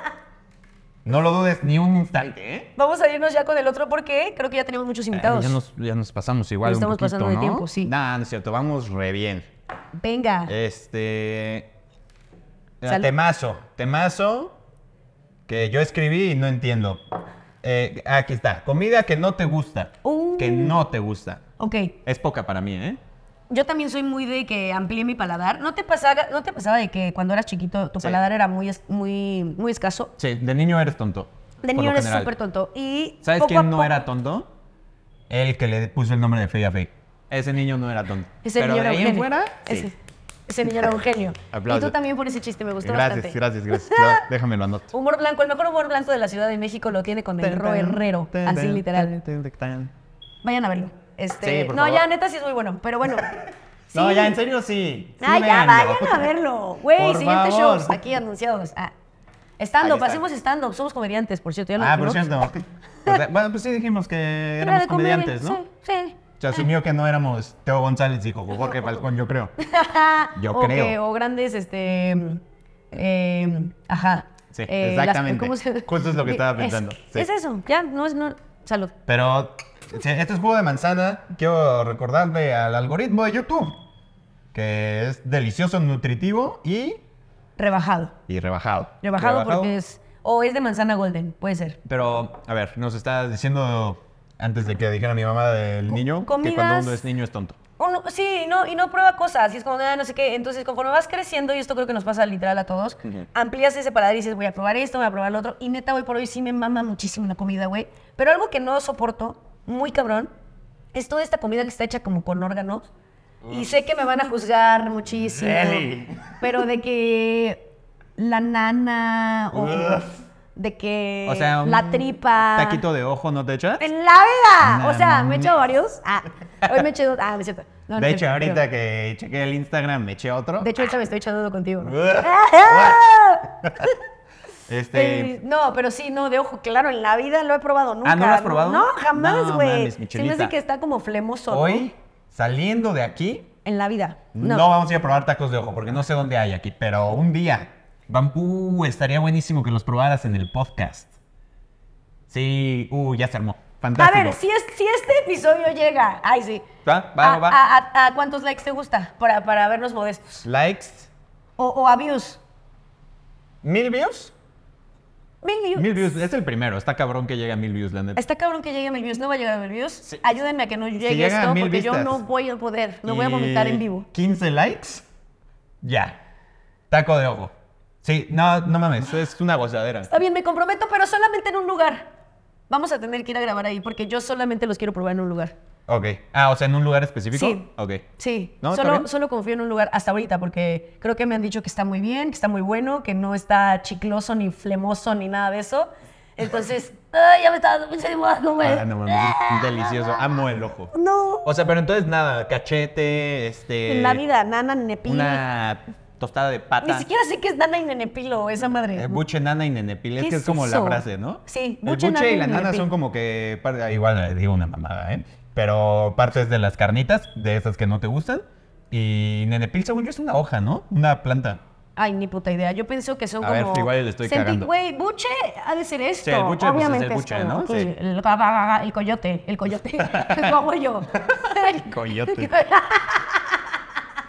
[SPEAKER 1] no lo dudes ni un instante, ¿eh?
[SPEAKER 2] Vamos a irnos ya con el otro porque creo que ya tenemos muchos invitados.
[SPEAKER 1] ya, nos, ya nos pasamos igual
[SPEAKER 2] Nos
[SPEAKER 1] un
[SPEAKER 2] estamos
[SPEAKER 1] poquito,
[SPEAKER 2] pasando de
[SPEAKER 1] ¿no?
[SPEAKER 2] tiempo, sí. Ah.
[SPEAKER 1] Nah, no es cierto, vamos re bien.
[SPEAKER 2] Venga.
[SPEAKER 1] Eh. Este... ah,
[SPEAKER 2] Salud.
[SPEAKER 1] Temazo, temazo que yo escribí y no entiendo. Eh, aquí está, comida que no te gusta,
[SPEAKER 2] Uh.
[SPEAKER 1] que no te gusta.
[SPEAKER 2] Ok.
[SPEAKER 1] Es poca para mí, ¿eh?
[SPEAKER 2] Yo también soy muy de que amplíe mi paladar. ¿No te pasaba, no te pasaba de que cuando eras chiquito tu
[SPEAKER 1] Sí.
[SPEAKER 2] paladar era muy, es- muy, muy escaso?
[SPEAKER 1] Sí, de niño eres tonto. por
[SPEAKER 2] De
[SPEAKER 1] lo
[SPEAKER 2] niño eres
[SPEAKER 1] general.
[SPEAKER 2] súper tonto. Y
[SPEAKER 1] ¿Sabes
[SPEAKER 2] poco a
[SPEAKER 1] quién no
[SPEAKER 2] poco-
[SPEAKER 1] era tonto? El que le puso el nombre de Fey a Fey. Ese niño no era tonto.
[SPEAKER 2] Ese
[SPEAKER 1] Pero
[SPEAKER 2] niño
[SPEAKER 1] de
[SPEAKER 2] era
[SPEAKER 1] ahí en
[SPEAKER 2] Eugenio.
[SPEAKER 1] fuera,
[SPEAKER 2] Ese,
[SPEAKER 1] sí.
[SPEAKER 2] ese niño era Eugenio. y
[SPEAKER 1] Aplausos.
[SPEAKER 2] tú también por ese chiste me gustó
[SPEAKER 1] Gracias,
[SPEAKER 2] bastante.
[SPEAKER 1] gracias, gracias. Ya, Déjame lo anoto.
[SPEAKER 2] Humor blanco, el mejor humor blanco de la Ciudad de México lo tiene con el Ro Herrero, así literal. Vayan a verlo. Este,
[SPEAKER 1] Sí, por
[SPEAKER 2] no,
[SPEAKER 1] favor.
[SPEAKER 2] ya neta sí es muy bueno, pero bueno.
[SPEAKER 1] No,
[SPEAKER 2] Sí.
[SPEAKER 1] ya, en serio, sí. Sí,
[SPEAKER 2] Ah, ya,
[SPEAKER 1] véanlo.
[SPEAKER 2] vayan a verlo. Güey,
[SPEAKER 1] Por
[SPEAKER 2] siguiente
[SPEAKER 1] favor.
[SPEAKER 2] shows aquí anunciados. Ah, stand-up,
[SPEAKER 1] está.
[SPEAKER 2] hacemos stand-up. Somos comediantes, por cierto. Ya lo
[SPEAKER 1] Ah, por
[SPEAKER 2] dijimos.
[SPEAKER 1] cierto. O sea, bueno, pues sí dijimos que
[SPEAKER 2] Era
[SPEAKER 1] éramos
[SPEAKER 2] de comedia,
[SPEAKER 1] comediantes, ¿no?
[SPEAKER 2] Sí,
[SPEAKER 1] Se asumió que no éramos Teo González, dijo Jorge Falcón, yo creo.
[SPEAKER 2] sí.
[SPEAKER 1] Yo
[SPEAKER 2] o que-
[SPEAKER 1] creo.
[SPEAKER 2] o grandes, este... eh, ajá.
[SPEAKER 1] Sí,
[SPEAKER 2] Eh, las-
[SPEAKER 1] exactamente.
[SPEAKER 2] ¿cómo se-
[SPEAKER 1] Justo es lo que estaba
[SPEAKER 2] Es-
[SPEAKER 1] pensando, sí.
[SPEAKER 2] Es, eso, ya, no es... No, salud.
[SPEAKER 1] Pero sí, esto es jugo de manzana. Quiero recordarle al algoritmo de YouTube que es delicioso, nutritivo y
[SPEAKER 2] Rebajado.
[SPEAKER 1] Y rebajado.
[SPEAKER 2] Rebajado, porque es. O es de manzana golden, puede ser.
[SPEAKER 1] Pero, a ver, nos está diciendo antes de que dijera mi mamá del niño que cuando
[SPEAKER 2] comidas-
[SPEAKER 1] uno es niño es tonto.
[SPEAKER 2] Uno- sí, no, y no prueba cosas, y es como, ah, no sé qué. Entonces, conforme vas creciendo, y esto creo que nos pasa literal a todos, amplías ese paladar y dices, voy a probar esto, voy a probar lo otro. Y neta, hoy por hoy sí me mama muchísimo la comida, güey. Pero algo que no soporto, muy cabrón, es toda esta comida que está hecha como con órganos. Y sé que me van a juzgar muchísimo.
[SPEAKER 1] Really?
[SPEAKER 2] Pero de que la nana, o
[SPEAKER 1] Uf.
[SPEAKER 2] de que
[SPEAKER 1] O sea, un
[SPEAKER 2] eh, la tripa.
[SPEAKER 1] Taquito de ojo, ¿no te echas?
[SPEAKER 2] En la vida.
[SPEAKER 1] No
[SPEAKER 2] o sea, me he
[SPEAKER 1] mames.
[SPEAKER 2] echado varios. Ah, hoy me eché dos. Ah, no es cierto. No, no
[SPEAKER 1] de
[SPEAKER 2] es
[SPEAKER 1] hecho,
[SPEAKER 2] cierto.
[SPEAKER 1] ahorita que chequeé el Instagram, me eché otro.
[SPEAKER 2] De hecho, ahorita me estoy echando uno contigo. ¿no?
[SPEAKER 1] este.
[SPEAKER 2] Eh, no, pero sí, no, de ojo, claro, en la vida lo he probado nunca.
[SPEAKER 1] Ah, ¿no lo has probado?
[SPEAKER 2] No,
[SPEAKER 1] No,
[SPEAKER 2] jamás, güey.
[SPEAKER 1] mames, mi
[SPEAKER 2] Se me hace
[SPEAKER 1] chelita.
[SPEAKER 2] que está como flemoso. ¿no?
[SPEAKER 1] Hoy, saliendo de aquí,
[SPEAKER 2] En la vida.
[SPEAKER 1] no.
[SPEAKER 2] No.
[SPEAKER 1] vamos a ir a probar tacos de ojo, porque no sé dónde hay aquí, pero un día. Bambú, estaría buenísimo que los probaras en el podcast. Sí, uh, ya se armó.
[SPEAKER 2] a
[SPEAKER 1] Fantástico.
[SPEAKER 2] ver, si, es, si este episodio llega. Ay, sí.
[SPEAKER 1] Va, va,
[SPEAKER 2] a,
[SPEAKER 1] va.
[SPEAKER 2] A, a- a cuántos likes te gusta? Para, para vernos modestos.
[SPEAKER 1] Likes.
[SPEAKER 2] O, o a views.
[SPEAKER 1] ¿Mil views?
[SPEAKER 2] Mil views.
[SPEAKER 1] Mil views, es el primero. Está cabrón que llegue a mil views, la neta.
[SPEAKER 2] Está cabrón que llegue a mil views. No va a llegar a mil views. Ayúdenme a que no llegue
[SPEAKER 1] llega a
[SPEAKER 2] esto
[SPEAKER 1] mil
[SPEAKER 2] porque yo
[SPEAKER 1] vistas.
[SPEAKER 2] no voy a poder. Me voy a vomitar
[SPEAKER 1] Y
[SPEAKER 2] en vivo.
[SPEAKER 1] 15 likes. Ya. Taco de ojo. Sí, no, no mames, es una gozadera.
[SPEAKER 2] Está bien, me comprometo, pero solamente en un lugar. Vamos a tener que ir a grabar ahí porque yo solamente los quiero probar en un lugar.
[SPEAKER 1] Ok. Ah, o sea, en un lugar específico.
[SPEAKER 2] Sí.
[SPEAKER 1] Ok.
[SPEAKER 2] Sí,
[SPEAKER 1] No, está bien.
[SPEAKER 2] solo, solo confío en un lugar hasta ahorita porque creo que me han dicho que está muy bien, que está muy bueno, que no está chicloso ni flemoso ni nada de eso. Entonces, ay, ya me está dando pinche asco, güey.
[SPEAKER 1] Ah, no mames, es delicioso. Amo el ojo.
[SPEAKER 2] No.
[SPEAKER 1] O sea, pero entonces nada, cachete, este.
[SPEAKER 2] En la vida, nana, nenepil.
[SPEAKER 1] Una tostada de pata.
[SPEAKER 2] Ni siquiera sé qué es nana y nenepilo, esa madre.
[SPEAKER 1] Eh, buche, nana y nenepil. Es
[SPEAKER 2] ¿Qué
[SPEAKER 1] que es
[SPEAKER 2] es
[SPEAKER 1] como la
[SPEAKER 2] eso?
[SPEAKER 1] frase, ¿no?
[SPEAKER 2] Sí,
[SPEAKER 1] El buche,
[SPEAKER 2] buche, nana
[SPEAKER 1] y
[SPEAKER 2] y
[SPEAKER 1] la nana
[SPEAKER 2] nenepil.
[SPEAKER 1] son como que. par- ah, Igual eh, digo una mamada, ¿eh? Pero partes de las carnitas, de esas que no te gustan. Y nenepil, según yo, es una hoja, ¿no? Una planta.
[SPEAKER 2] Ay, ni puta idea. Yo pienso que son
[SPEAKER 1] A
[SPEAKER 2] como...
[SPEAKER 1] ver, igual le estoy
[SPEAKER 2] Sentí-
[SPEAKER 1] cagando.
[SPEAKER 2] Güey, buche ha de ser esto.
[SPEAKER 1] Sí, el buche, pues, es el
[SPEAKER 2] Obviamente
[SPEAKER 1] buche,
[SPEAKER 2] como-
[SPEAKER 1] ¿no? Sí.
[SPEAKER 2] el, el coyote, el coyote. como yo. El
[SPEAKER 1] coyote.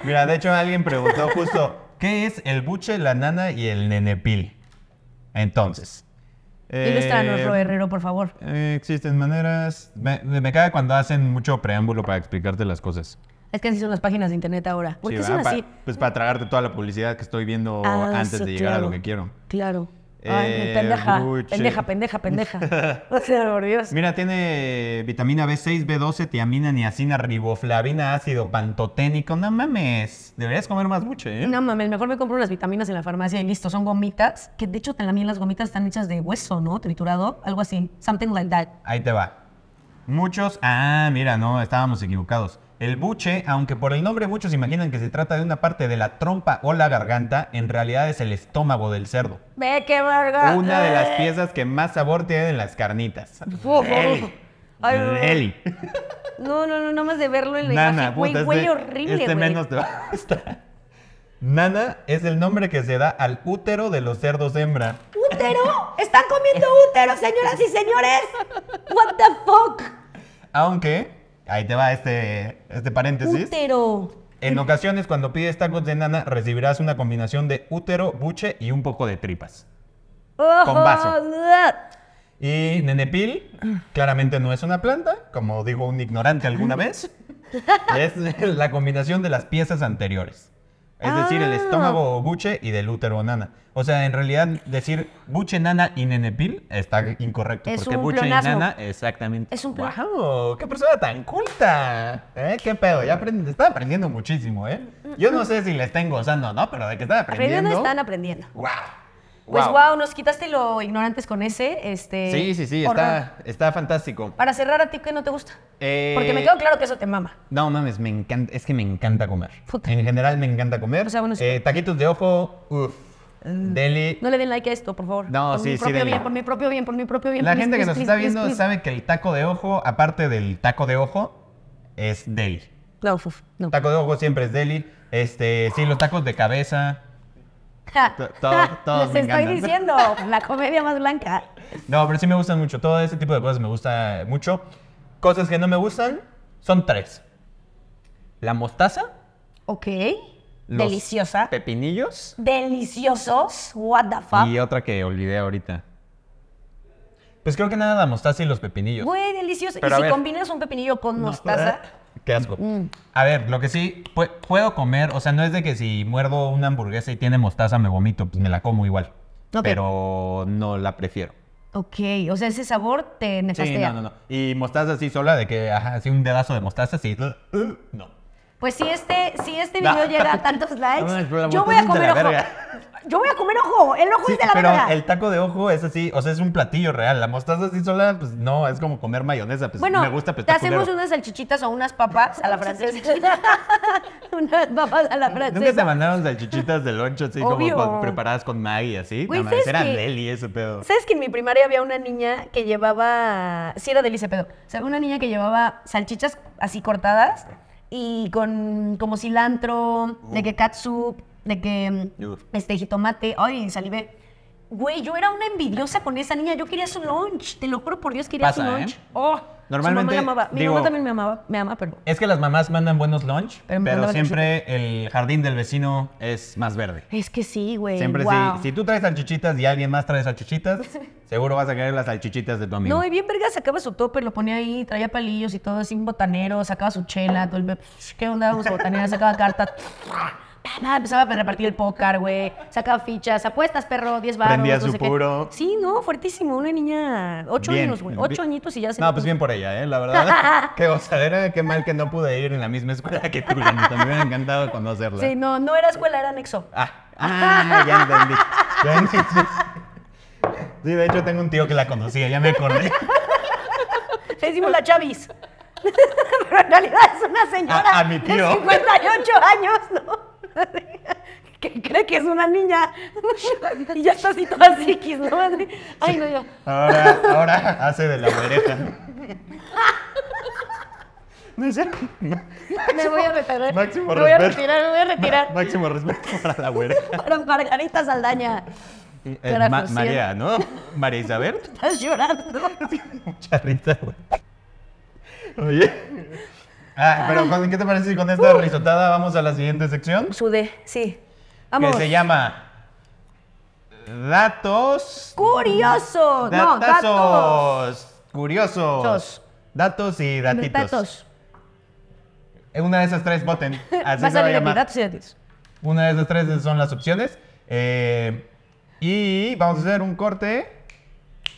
[SPEAKER 1] Mira, de hecho alguien preguntó justo, ¿qué es el buche, la nana y el nenepil? Entonces.
[SPEAKER 2] Ilústranos,
[SPEAKER 1] eh,
[SPEAKER 2] Ro Herrero, por favor.
[SPEAKER 1] eh, existen maneras... Me, me caga cuando hacen mucho preámbulo para explicarte las cosas.
[SPEAKER 2] Es que así son las páginas de internet ahora. ¿Por
[SPEAKER 1] Sí,
[SPEAKER 2] qué
[SPEAKER 1] ¿verdad?
[SPEAKER 2] son
[SPEAKER 1] Pa-
[SPEAKER 2] así?
[SPEAKER 1] pues para tragarte toda la publicidad que estoy viendo
[SPEAKER 2] Ah,
[SPEAKER 1] antes
[SPEAKER 2] eso,
[SPEAKER 1] de llegar a lo
[SPEAKER 2] claro.
[SPEAKER 1] que quiero.
[SPEAKER 2] Claro. Ay,
[SPEAKER 1] Eh,
[SPEAKER 2] pendeja,
[SPEAKER 1] buche.
[SPEAKER 2] pendeja, pendeja, pendeja. O sea, por Dios.
[SPEAKER 1] Mira, tiene vitamina B6, B12, tiamina, niacina, riboflavina, ácido pantoténico. No mames, deberías comer más buche, ¿eh?
[SPEAKER 2] No mames, mejor me compro unas vitaminas en la farmacia y listo. Son gomitas, que de hecho también las gomitas están hechas de hueso, ¿no? Triturado, algo así. Something like that.
[SPEAKER 1] Ahí te va. Muchos, ah, mira, no, estábamos equivocados. El buche, aunque por el nombre muchos imaginan que se trata de una parte de la trompa o la garganta, en realidad es el estómago del cerdo.
[SPEAKER 2] Ve qué verga.
[SPEAKER 1] Una de las piezas que más sabor tienen las carnitas.
[SPEAKER 2] Uf, uf.
[SPEAKER 1] Deli.
[SPEAKER 2] Ay, no, no.
[SPEAKER 1] Deli.
[SPEAKER 2] No, no, no, nada más de verlo en la
[SPEAKER 1] Nana,
[SPEAKER 2] imagen, güey,
[SPEAKER 1] puta,
[SPEAKER 2] huele
[SPEAKER 1] este-
[SPEAKER 2] horrible,
[SPEAKER 1] este
[SPEAKER 2] güey.
[SPEAKER 1] menos te va a gustar. Nana es el nombre que se da al útero de los cerdos hembra.
[SPEAKER 2] ¡Útero! ¡Están comiendo útero, señoras y señores! ¡What the fuck!
[SPEAKER 1] Aunque, ahí te va este, este paréntesis.
[SPEAKER 2] ¡Útero!
[SPEAKER 1] En ocasiones, cuando pides tacos de nana, recibirás una combinación de útero, buche y un poco de tripas. Con vaso. Y nenepil, claramente no es una planta, como dijo un ignorante alguna vez. Es la combinación de las piezas anteriores. Es decir, el
[SPEAKER 2] Ah.
[SPEAKER 1] estómago o buche y del útero o nana. O sea, en realidad decir buche, nana y nenepil está incorrecto.
[SPEAKER 2] Es
[SPEAKER 1] porque
[SPEAKER 2] un
[SPEAKER 1] buche
[SPEAKER 2] pleonasmo.
[SPEAKER 1] y nana, exactamente.
[SPEAKER 2] Es un pleo-
[SPEAKER 1] ¡Wow! ¡Qué persona tan culta! ¿Eh? ¿Qué pedo? Ya aprend- están aprendiendo muchísimo, ¿eh? Yo no sé si le estén gozando o no, pero de que están aprendiendo.
[SPEAKER 2] Aprendiendo están aprendiendo.
[SPEAKER 1] ¡Wow!
[SPEAKER 2] Pues
[SPEAKER 1] ¡Wow!
[SPEAKER 2] wow, nos quitaste lo ignorantes con ese, este...
[SPEAKER 1] Sí, sí, sí,
[SPEAKER 2] horror.
[SPEAKER 1] está, está fantástico.
[SPEAKER 2] Para cerrar, ¿a ti qué no te gusta? Porque me
[SPEAKER 1] Eh,
[SPEAKER 2] quedó claro que eso te mama.
[SPEAKER 1] No mames, me encanta, es que me encanta comer.
[SPEAKER 2] Puta.
[SPEAKER 1] En general me encanta comer.
[SPEAKER 2] O sea, bueno, sí. Mm.
[SPEAKER 1] Eh, taquitos de ojo, uff, deli.
[SPEAKER 2] No le den like a esto, por favor.
[SPEAKER 1] No,
[SPEAKER 2] por
[SPEAKER 1] sí,
[SPEAKER 2] mi
[SPEAKER 1] sí,
[SPEAKER 2] propio
[SPEAKER 1] denle.
[SPEAKER 2] bien, por mi propio bien, por mi propio bien.
[SPEAKER 1] La
[SPEAKER 2] please,
[SPEAKER 1] gente que
[SPEAKER 2] please,
[SPEAKER 1] nos
[SPEAKER 2] please,
[SPEAKER 1] está
[SPEAKER 2] please,
[SPEAKER 1] viendo
[SPEAKER 2] please.
[SPEAKER 1] sabe que el taco de ojo, aparte del taco de ojo, es deli.
[SPEAKER 2] No, uf, no.
[SPEAKER 1] Taco de ojo siempre es deli. Este, sí, los tacos de cabeza.
[SPEAKER 2] Ja,
[SPEAKER 1] To- todos-
[SPEAKER 2] ja,
[SPEAKER 1] todos
[SPEAKER 2] les
[SPEAKER 1] me
[SPEAKER 2] estoy
[SPEAKER 1] encantan.
[SPEAKER 2] diciendo, la comedia más blanca.
[SPEAKER 1] No, pero sí me gustan mucho. Todo ese tipo de cosas me gusta mucho. Cosas que no me gustan son tres. La mostaza,
[SPEAKER 2] Ok.
[SPEAKER 1] los
[SPEAKER 2] Deliciosa.
[SPEAKER 1] Pepinillos.
[SPEAKER 2] Deliciosos. What the fuck.
[SPEAKER 1] Y otra que olvidé ahorita. Pues creo que nada, la mostaza y los pepinillos.
[SPEAKER 2] Güey, delicioso.
[SPEAKER 1] Pero a
[SPEAKER 2] y si
[SPEAKER 1] ver.
[SPEAKER 2] combinas un pepinillo con mostaza. Mm.
[SPEAKER 1] Qué asco. A ver, lo que sí pu- puedo comer, o sea, no es de que si muerdo una hamburguesa y tiene mostaza me vomito, pues me la como igual.
[SPEAKER 2] Ok.
[SPEAKER 1] Pero no la prefiero.
[SPEAKER 2] Ok, o sea, ese sabor te
[SPEAKER 1] Sí,
[SPEAKER 2] nefastea.
[SPEAKER 1] no, no, no. Y mostaza así sola, de que, ajá, así un pedazo de mostaza, sí. uh, uh, No.
[SPEAKER 2] Pues si este, si este
[SPEAKER 1] No.
[SPEAKER 2] video llega a tantos likes,
[SPEAKER 1] No, pero la
[SPEAKER 2] yo
[SPEAKER 1] mostaza
[SPEAKER 2] voy a
[SPEAKER 1] es de
[SPEAKER 2] comer
[SPEAKER 1] la
[SPEAKER 2] ojo.
[SPEAKER 1] verga.
[SPEAKER 2] Yo voy a comer ojo. El ojo
[SPEAKER 1] Sí,
[SPEAKER 2] es de la
[SPEAKER 1] pero
[SPEAKER 2] verga.
[SPEAKER 1] el taco de ojo es así, o sea, es un platillo real. La mostaza así sola, pues no, es como comer mayonesa. Pues
[SPEAKER 2] Bueno,
[SPEAKER 1] me gusta, pero
[SPEAKER 2] te
[SPEAKER 1] está
[SPEAKER 2] hacemos
[SPEAKER 1] culero.
[SPEAKER 2] unas salchichitas o unas papas a la francesa. unas papas a la
[SPEAKER 1] Nunca te
[SPEAKER 2] francesa.
[SPEAKER 1] mandaron salchichitas de loncho así
[SPEAKER 2] Obvio.
[SPEAKER 1] como con- preparadas con Maggie así.
[SPEAKER 2] Güey,
[SPEAKER 1] no, mames,
[SPEAKER 2] ¿sabes
[SPEAKER 1] era
[SPEAKER 2] qué?
[SPEAKER 1] Leli ese pedo.
[SPEAKER 2] ¿Sabes que en mi primaria había una niña que llevaba. Sí, era delicia, pedo. O sea, una niña que llevaba salchichas así cortadas y con como cilantro, de
[SPEAKER 1] Uh.
[SPEAKER 2] que catsup, de que mm,
[SPEAKER 1] Uf.
[SPEAKER 2] este jitomate. Ay, salivé. Güey, yo era una envidiosa con esa niña. Yo quería su lunch. Te lo juro por Dios, quería su
[SPEAKER 1] Pasa, ¿eh?
[SPEAKER 2] lunch. Oh,
[SPEAKER 1] Normalmente,
[SPEAKER 2] Su mamá la amaba. Mi mamá
[SPEAKER 1] digo-
[SPEAKER 2] también me amaba. Me ama, pero.
[SPEAKER 1] Es que las mamás mandan buenos lunch,
[SPEAKER 2] Pero
[SPEAKER 1] pero,
[SPEAKER 2] me mandaban
[SPEAKER 1] siempre el jardín del vecino es más verde.
[SPEAKER 2] Es que sí, güey.
[SPEAKER 1] Siempre
[SPEAKER 2] wow.
[SPEAKER 1] si, si tú traes salchichitas y alguien más trae salchichitas, seguro vas a querer las salchichitas de tu amigo.
[SPEAKER 2] No, y bien verga sacaba su topper, lo ponía ahí, traía palillos y todo, así un botanero, sacaba su chela, todo el... be- ¿Qué onda con su botanera? Sacaba cartas. Empezaba a repartir el pócar, güey. Sacaba fichas, apuestas, perro, 10 baros.
[SPEAKER 1] Prendía
[SPEAKER 2] no
[SPEAKER 1] su
[SPEAKER 2] sé qué.
[SPEAKER 1] puro.
[SPEAKER 2] Sí, no, fuertísimo. Una niña, 8
[SPEAKER 1] Bien,
[SPEAKER 2] años, güey.
[SPEAKER 1] bien.
[SPEAKER 2] 8 añitos y ya se.
[SPEAKER 1] No, pues bien por ella, ¿eh? La verdad. qué gozadera, qué mal que no pude ir en la misma escuela que tú, la neta. Me hubiera encantado conocerla.
[SPEAKER 2] Sí, no, no era escuela, era anexo.
[SPEAKER 1] Ah, ah, ya entendí. Ya entendí. Sí, de hecho tengo un tío que la conocía, ya me acordé.
[SPEAKER 2] Le decimos la Chavis. Pero en realidad es una señora
[SPEAKER 1] A- a mi tío.
[SPEAKER 2] de 58 años, ¿no? que cree que es una niña. y ya está así toda psiquis, ¿no? Así, Ay, no, yo.
[SPEAKER 1] Ahora, ahora hace de la oreja. No es cierto.
[SPEAKER 2] Me voy a retirar.
[SPEAKER 1] Máximo
[SPEAKER 2] me voy a
[SPEAKER 1] respeto.
[SPEAKER 2] retirar, me voy a retirar.
[SPEAKER 1] Máximo respeto para la oreja.
[SPEAKER 2] Para Margarita Saldaña. Carajo, sí.
[SPEAKER 1] Eh, María, ¿no? María Isabel.
[SPEAKER 2] Estás llorando.
[SPEAKER 1] Mucha risa, güey. Oye. Ah, pero con- ¿qué te parece si con esta
[SPEAKER 2] Uh.
[SPEAKER 1] risotada vamos a la siguiente sección?
[SPEAKER 2] Sudé, sí. Vamos.
[SPEAKER 1] Que se llama Datos.
[SPEAKER 2] Curioso. No, gatos.
[SPEAKER 1] Datazos. Curiosos.
[SPEAKER 2] Sos.
[SPEAKER 1] Datos y datitos.
[SPEAKER 2] Datos.
[SPEAKER 1] Eh, Una de esas tres voten. Así
[SPEAKER 2] Va a
[SPEAKER 1] se va a
[SPEAKER 2] salir aquí,
[SPEAKER 1] llamar.
[SPEAKER 2] datos y datos.
[SPEAKER 1] Una de esas tres son las opciones. Eh, y vamos a hacer un corte.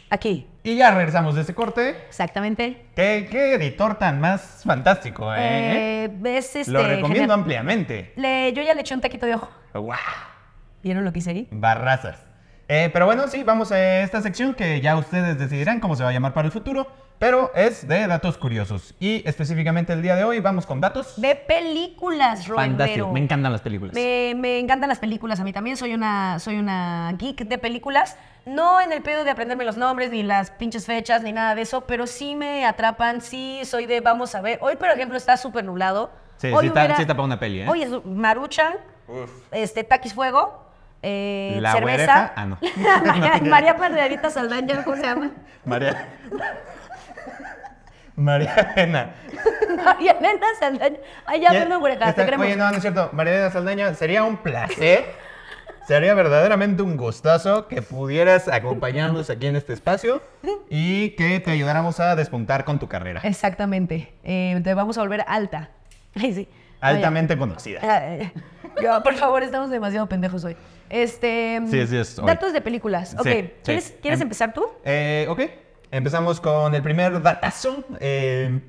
[SPEAKER 2] Aquí,
[SPEAKER 1] Y ya regresamos de ese corte.
[SPEAKER 2] exactamente.
[SPEAKER 1] ¿Qué, qué editor tan más fantástico, eh?
[SPEAKER 2] Eh, ves este.
[SPEAKER 1] Lo recomiendo
[SPEAKER 2] genial.
[SPEAKER 1] ampliamente.
[SPEAKER 2] Le- yo ya le eché un taquito de ojo.
[SPEAKER 1] ¡Guau!
[SPEAKER 2] ¿Vieron lo que hice ahí?
[SPEAKER 1] Barrazas. Eh, pero bueno, sí, vamos a esta sección que ya ustedes decidirán cómo se va a llamar para el futuro, pero es de datos curiosos. Y específicamente el día de hoy vamos con datos.
[SPEAKER 2] De películas, Roberto.
[SPEAKER 1] encantan las películas.
[SPEAKER 2] Me, me encantan las películas, a mí también soy una, soy una geek de películas. No en el pedo de aprenderme los nombres, ni las pinches fechas, ni nada de eso, pero sí me atrapan, sí soy de, vamos a ver. Hoy, por ejemplo, está súper nublado.
[SPEAKER 1] Sí,
[SPEAKER 2] Hoy
[SPEAKER 1] sí está- sí está pa' una peli, ¿eh?
[SPEAKER 2] Hoy es Maruchan, este, Taquis Fuego, eh,
[SPEAKER 1] La
[SPEAKER 2] cerveza.
[SPEAKER 1] güereja, ah, no.
[SPEAKER 2] María, María Margarita Saldaña, ¿cómo se llama?
[SPEAKER 1] María. María Elena.
[SPEAKER 2] María Elena Saldaña. Ay, ya, verme, güereja, te
[SPEAKER 1] Está-
[SPEAKER 2] queremos.
[SPEAKER 1] Oye, no, no es cierto. María Elena Saldaña, sería un placer. Sería verdaderamente un gustazo que pudieras acompañarnos aquí en este espacio y que te ayudáramos a despuntar con tu carrera.
[SPEAKER 2] Exactamente, eh, te vamos a volver alta. Ay, sí. Vaya.
[SPEAKER 1] Altamente conocida.
[SPEAKER 2] Ay, ya, por favor, estamos demasiado pendejos hoy. Este.
[SPEAKER 1] Sí, sí, es hoy.
[SPEAKER 2] Datos de películas. Ok.
[SPEAKER 1] Sí, sí.
[SPEAKER 2] ¿Quieres, ¿quieres
[SPEAKER 1] Em-
[SPEAKER 2] empezar tú?
[SPEAKER 1] Eh, ok, empezamos con el primer datazo eh,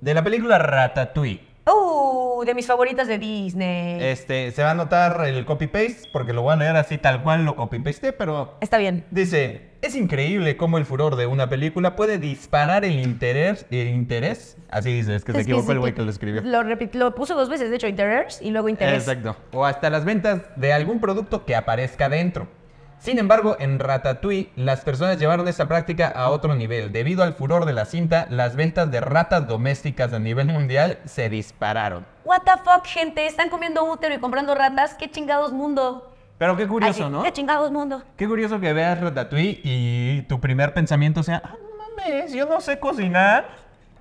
[SPEAKER 1] de la película Ratatouille.
[SPEAKER 2] Uh, de mis favoritas de Disney.
[SPEAKER 1] Este, se va a notar el copy-paste porque lo voy a leer así tal cual lo copy-pasté, pero
[SPEAKER 2] Está bien.
[SPEAKER 1] Dice, es increíble cómo el furor de una película puede disparar el interés, el interés. Así dice, es que se
[SPEAKER 2] Es
[SPEAKER 1] equivocó
[SPEAKER 2] sí
[SPEAKER 1] el güey que lo escribió.
[SPEAKER 2] Lo, repit- lo puso dos veces, de hecho, interés y luego interés.
[SPEAKER 1] Exacto. O hasta las ventas de algún producto que aparezca dentro. Sin embargo, en Ratatouille, las personas llevaron esta práctica a otro nivel. Debido al furor de la cinta, las ventas de ratas domésticas a nivel mundial se dispararon.
[SPEAKER 2] What the fuck, gente. Están comiendo útero y comprando ratas. Qué chingados mundo.
[SPEAKER 1] Pero qué
[SPEAKER 2] Ay, sí, Qué chingados mundo.
[SPEAKER 1] Qué curioso que veas Ratatouille y tu primer pensamiento sea, ah, no mames, yo no sé cocinar.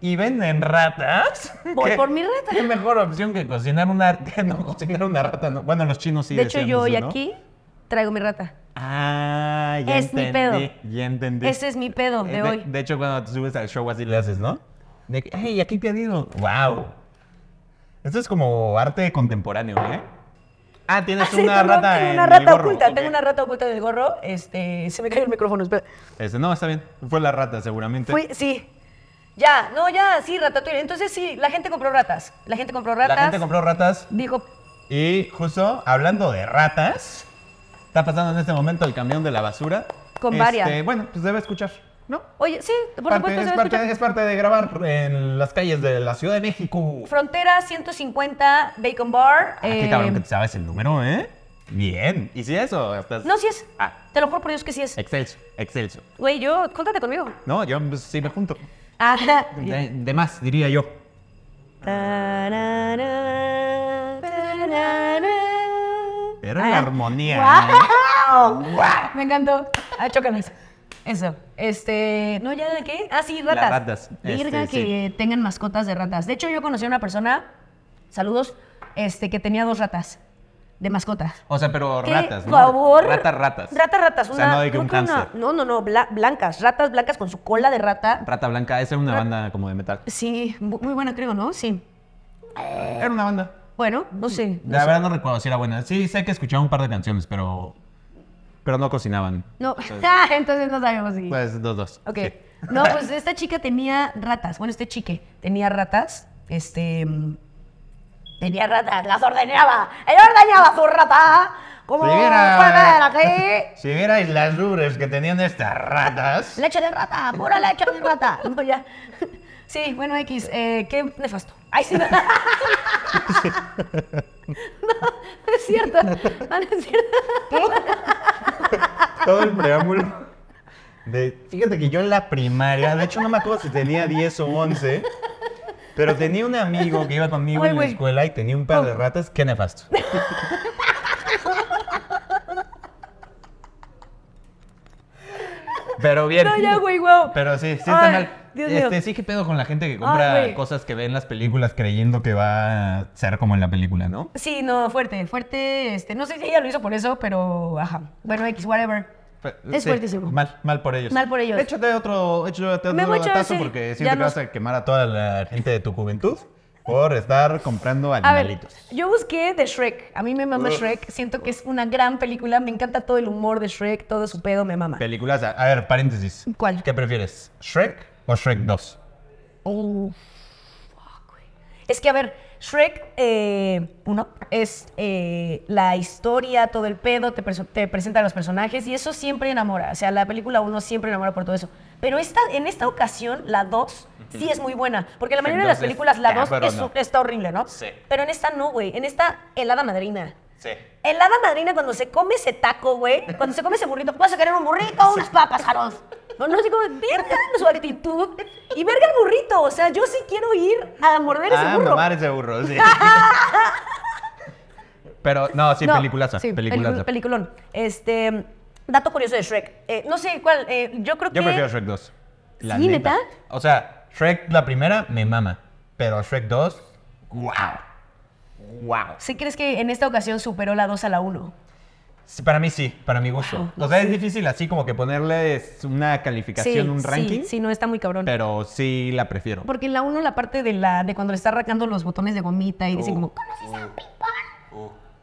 [SPEAKER 1] y venden ratas.
[SPEAKER 2] Voy
[SPEAKER 1] ¿Qué-
[SPEAKER 2] por mi rata.
[SPEAKER 1] Qué mejor opción que cocinar una, que no, cocinar una rata. no. Bueno, los chinos sí
[SPEAKER 2] de hecho,
[SPEAKER 1] decían
[SPEAKER 2] yo
[SPEAKER 1] eso,
[SPEAKER 2] hoy
[SPEAKER 1] ¿no?
[SPEAKER 2] aquí traigo mi rata.
[SPEAKER 1] Ah, ya
[SPEAKER 2] Es mi
[SPEAKER 1] entendí.
[SPEAKER 2] pedo.
[SPEAKER 1] Ya entendí.
[SPEAKER 2] Ese es mi pedo de,
[SPEAKER 1] Eh,
[SPEAKER 2] hoy.
[SPEAKER 1] De hecho, cuando te subes al show así le haces, ¿no? De que, hey, aquí pedido. ¡Wow! Esto es como arte contemporáneo, ¿eh? Ah, tienes
[SPEAKER 2] Ah, sí,
[SPEAKER 1] una
[SPEAKER 2] tengo-
[SPEAKER 1] rata
[SPEAKER 2] tengo
[SPEAKER 1] en
[SPEAKER 2] una
[SPEAKER 1] el
[SPEAKER 2] rata
[SPEAKER 1] gorro,
[SPEAKER 2] oculta,
[SPEAKER 1] ok.
[SPEAKER 2] tengo una rata oculta del gorro. Este, se me cayó el micrófono, espera.
[SPEAKER 1] Este, no, está bien. Fue la rata, seguramente.
[SPEAKER 2] Fui, sí. Ya, no, ya, sí, ratatouille. Entonces sí, la gente compró ratas. La gente compró ratas.
[SPEAKER 1] La gente compró ratas.
[SPEAKER 2] Dijo,
[SPEAKER 1] Y justo hablando de ratas, está pasando en este momento el camión de la basura.
[SPEAKER 2] Con
[SPEAKER 1] Este,
[SPEAKER 2] varias.
[SPEAKER 1] Bueno, pues debe escuchar, ¿no?
[SPEAKER 2] oye, sí, por
[SPEAKER 1] Parte-
[SPEAKER 2] supuesto,
[SPEAKER 1] es,
[SPEAKER 2] se va a
[SPEAKER 1] parte,
[SPEAKER 2] escuchar.
[SPEAKER 1] es parte de grabar en las calles de la Ciudad de México.
[SPEAKER 2] Frontera 150, Bacon Bar.
[SPEAKER 1] Ah, qué
[SPEAKER 2] eh,
[SPEAKER 1] cabrón que te sabes el número, ¿eh? Bien. ¿Y si eso? Estás...
[SPEAKER 2] No, sí es.
[SPEAKER 1] Ah,
[SPEAKER 2] Te lo juro por Dios que sí es.
[SPEAKER 1] excelso, excelso.
[SPEAKER 2] Güey, yo, contate conmigo. Ah,
[SPEAKER 1] No, yo pues, sí me junto.
[SPEAKER 2] Ajá.
[SPEAKER 1] De, de más, diría yo.
[SPEAKER 2] Tarara, tarara.
[SPEAKER 1] Era una
[SPEAKER 2] Ah.
[SPEAKER 1] armonía. ¿eh?
[SPEAKER 2] ¡Guau! Me encantó. Ah, chócalas. Eso. Este. ¿No ya de qué? Ah, sí, ratas.
[SPEAKER 1] Las ratas.
[SPEAKER 2] Virga
[SPEAKER 1] Este,
[SPEAKER 2] que tengan mascotas de ratas. De hecho, yo conocí a una persona, saludos, este, que tenía dos ratas de mascotas.
[SPEAKER 1] O sea, pero
[SPEAKER 2] ¡Qué
[SPEAKER 1] ratas, ¿no?
[SPEAKER 2] favor!
[SPEAKER 1] Ratas, ratas.
[SPEAKER 2] Ratas, ratas.
[SPEAKER 1] O sea,
[SPEAKER 2] una-
[SPEAKER 1] no de que
[SPEAKER 2] creo
[SPEAKER 1] un
[SPEAKER 2] que una-
[SPEAKER 1] hámster.
[SPEAKER 2] no, no, no, bla- blancas. Ratas blancas con su cola de rata.
[SPEAKER 1] Rata Blanca, esa es una banda como de metal.
[SPEAKER 2] Sí, bu- muy buena creo, ¿no? Sí.
[SPEAKER 1] Era una banda.
[SPEAKER 2] Bueno, no sé. Eh. no
[SPEAKER 1] La
[SPEAKER 2] sé.
[SPEAKER 1] verdad no recuerdo si era buena. Sí, sé que escuchaba un par de canciones, pero. Pero no cocinaban.
[SPEAKER 2] No, Ah, entonces no sabemos si...
[SPEAKER 1] Pues dos, dos.
[SPEAKER 2] Ok.
[SPEAKER 1] Sí.
[SPEAKER 2] No, pues esta chica tenía ratas. Bueno, este chique tenía ratas. Este. mm, Tenía ratas, las ordenaba. Él ordenaba su rata. Como
[SPEAKER 1] Si viera-
[SPEAKER 2] fuera de aquí.
[SPEAKER 1] Si vierais las lubres que tenían estas ratas.
[SPEAKER 2] Leche de rata, pura leche de rata. No, ya. Sí, bueno, X, eh, qué nefasto. Ay, sí. No, no es cierto. No, no es cierto.
[SPEAKER 1] Todo el preámbulo. de- fíjate que yo en la primaria, de hecho no me acuerdo si tenía 10 o 11, pero tenía un amigo que iba conmigo
[SPEAKER 2] Ay,
[SPEAKER 1] en la
[SPEAKER 2] güey.
[SPEAKER 1] escuela y tenía un par de ratas. Qué nefasto. Pero bien.
[SPEAKER 2] No, ya, güey, wow.
[SPEAKER 1] Pero sí, sí está
[SPEAKER 2] Ay,
[SPEAKER 1] mal.
[SPEAKER 2] Dios mío.
[SPEAKER 1] este, sí que pedo con la gente que compra
[SPEAKER 2] Ay, güey.
[SPEAKER 1] cosas que ve en las películas creyendo que va a ser como en la película, ¿no?
[SPEAKER 2] Sí, no, fuerte, fuerte. Este, no sé si ella lo hizo por eso, pero ajá. Bueno, X, whatever.
[SPEAKER 1] Fe-
[SPEAKER 2] Es fuertísimo.
[SPEAKER 1] Mal, mal por ellos.
[SPEAKER 2] Mal por ellos.
[SPEAKER 1] Échate otro, échate
[SPEAKER 2] Me
[SPEAKER 1] otro
[SPEAKER 2] voy a echar,
[SPEAKER 1] datazo
[SPEAKER 2] sí.
[SPEAKER 1] porque
[SPEAKER 2] Ya
[SPEAKER 1] siento que
[SPEAKER 2] nos-
[SPEAKER 1] vas a quemar a toda la gente de tu juventud por estar comprando
[SPEAKER 2] A ver,
[SPEAKER 1] animalitos.
[SPEAKER 2] yo busqué The Shrek. A mí me mama Shrek. Siento que es una gran película. Me encanta todo el humor de Shrek, todo su pedo, me mama.
[SPEAKER 1] Películas, a, a ver, paréntesis.
[SPEAKER 2] ¿Cuál?
[SPEAKER 1] ¿Qué prefieres? ¿Shrek o Shrek 2?
[SPEAKER 2] Oh, fuck, güey. Es que, a ver, Shrek 1 es eh, la historia, todo el pedo, te, preso- te presenta a los personajes y eso siempre enamora. O sea, la película 1 siempre enamora por todo eso. Pero esta, en esta ocasión, la 2 sí es muy buena. Porque la mayoría de las
[SPEAKER 1] Entonces,
[SPEAKER 2] películas, la 2
[SPEAKER 1] cabrón,
[SPEAKER 2] es-
[SPEAKER 1] no.
[SPEAKER 2] está horrible, ¿no?
[SPEAKER 1] Sí.
[SPEAKER 2] Pero en esta no, güey. En esta, helada madrina.
[SPEAKER 1] Sí.
[SPEAKER 2] El hada madrina cuando se come ese taco, güey, cuando se come ese burrito, vas a querer un burrito o unas papas, Harold. No, no sé cómo, verga su actitud y verga el burrito. O sea, yo sí quiero ir a morder ese
[SPEAKER 1] ah,
[SPEAKER 2] burro.
[SPEAKER 1] mamar ese burro, sí. Pero, no, sí,
[SPEAKER 2] No,
[SPEAKER 1] películas.
[SPEAKER 2] sí,
[SPEAKER 1] películas.
[SPEAKER 2] pelicu- Peliculón. Este, dato curioso de Shrek. Eh, no sé cuál, eh, yo creo que...
[SPEAKER 1] Yo prefiero Shrek 2. la
[SPEAKER 2] ¿Sí, neta?
[SPEAKER 1] O sea, Shrek la primera me mama, pero Shrek 2, wow. Wow.
[SPEAKER 2] ¿Sí crees que en esta ocasión superó la 2 a la 1?
[SPEAKER 1] Sí, para mí sí, para mi gusto.
[SPEAKER 2] Wow,
[SPEAKER 1] o sea, es difícil así como que ponerles una calificación, un ranking,
[SPEAKER 2] Sí, sí, no, está muy cabrón.
[SPEAKER 1] pero sí la prefiero.
[SPEAKER 2] Porque en la 1 la parte de la de cuando le está arrancando los botones de gomita y
[SPEAKER 1] Oh.
[SPEAKER 2] dicen como ¿conoces a un ping-pong?"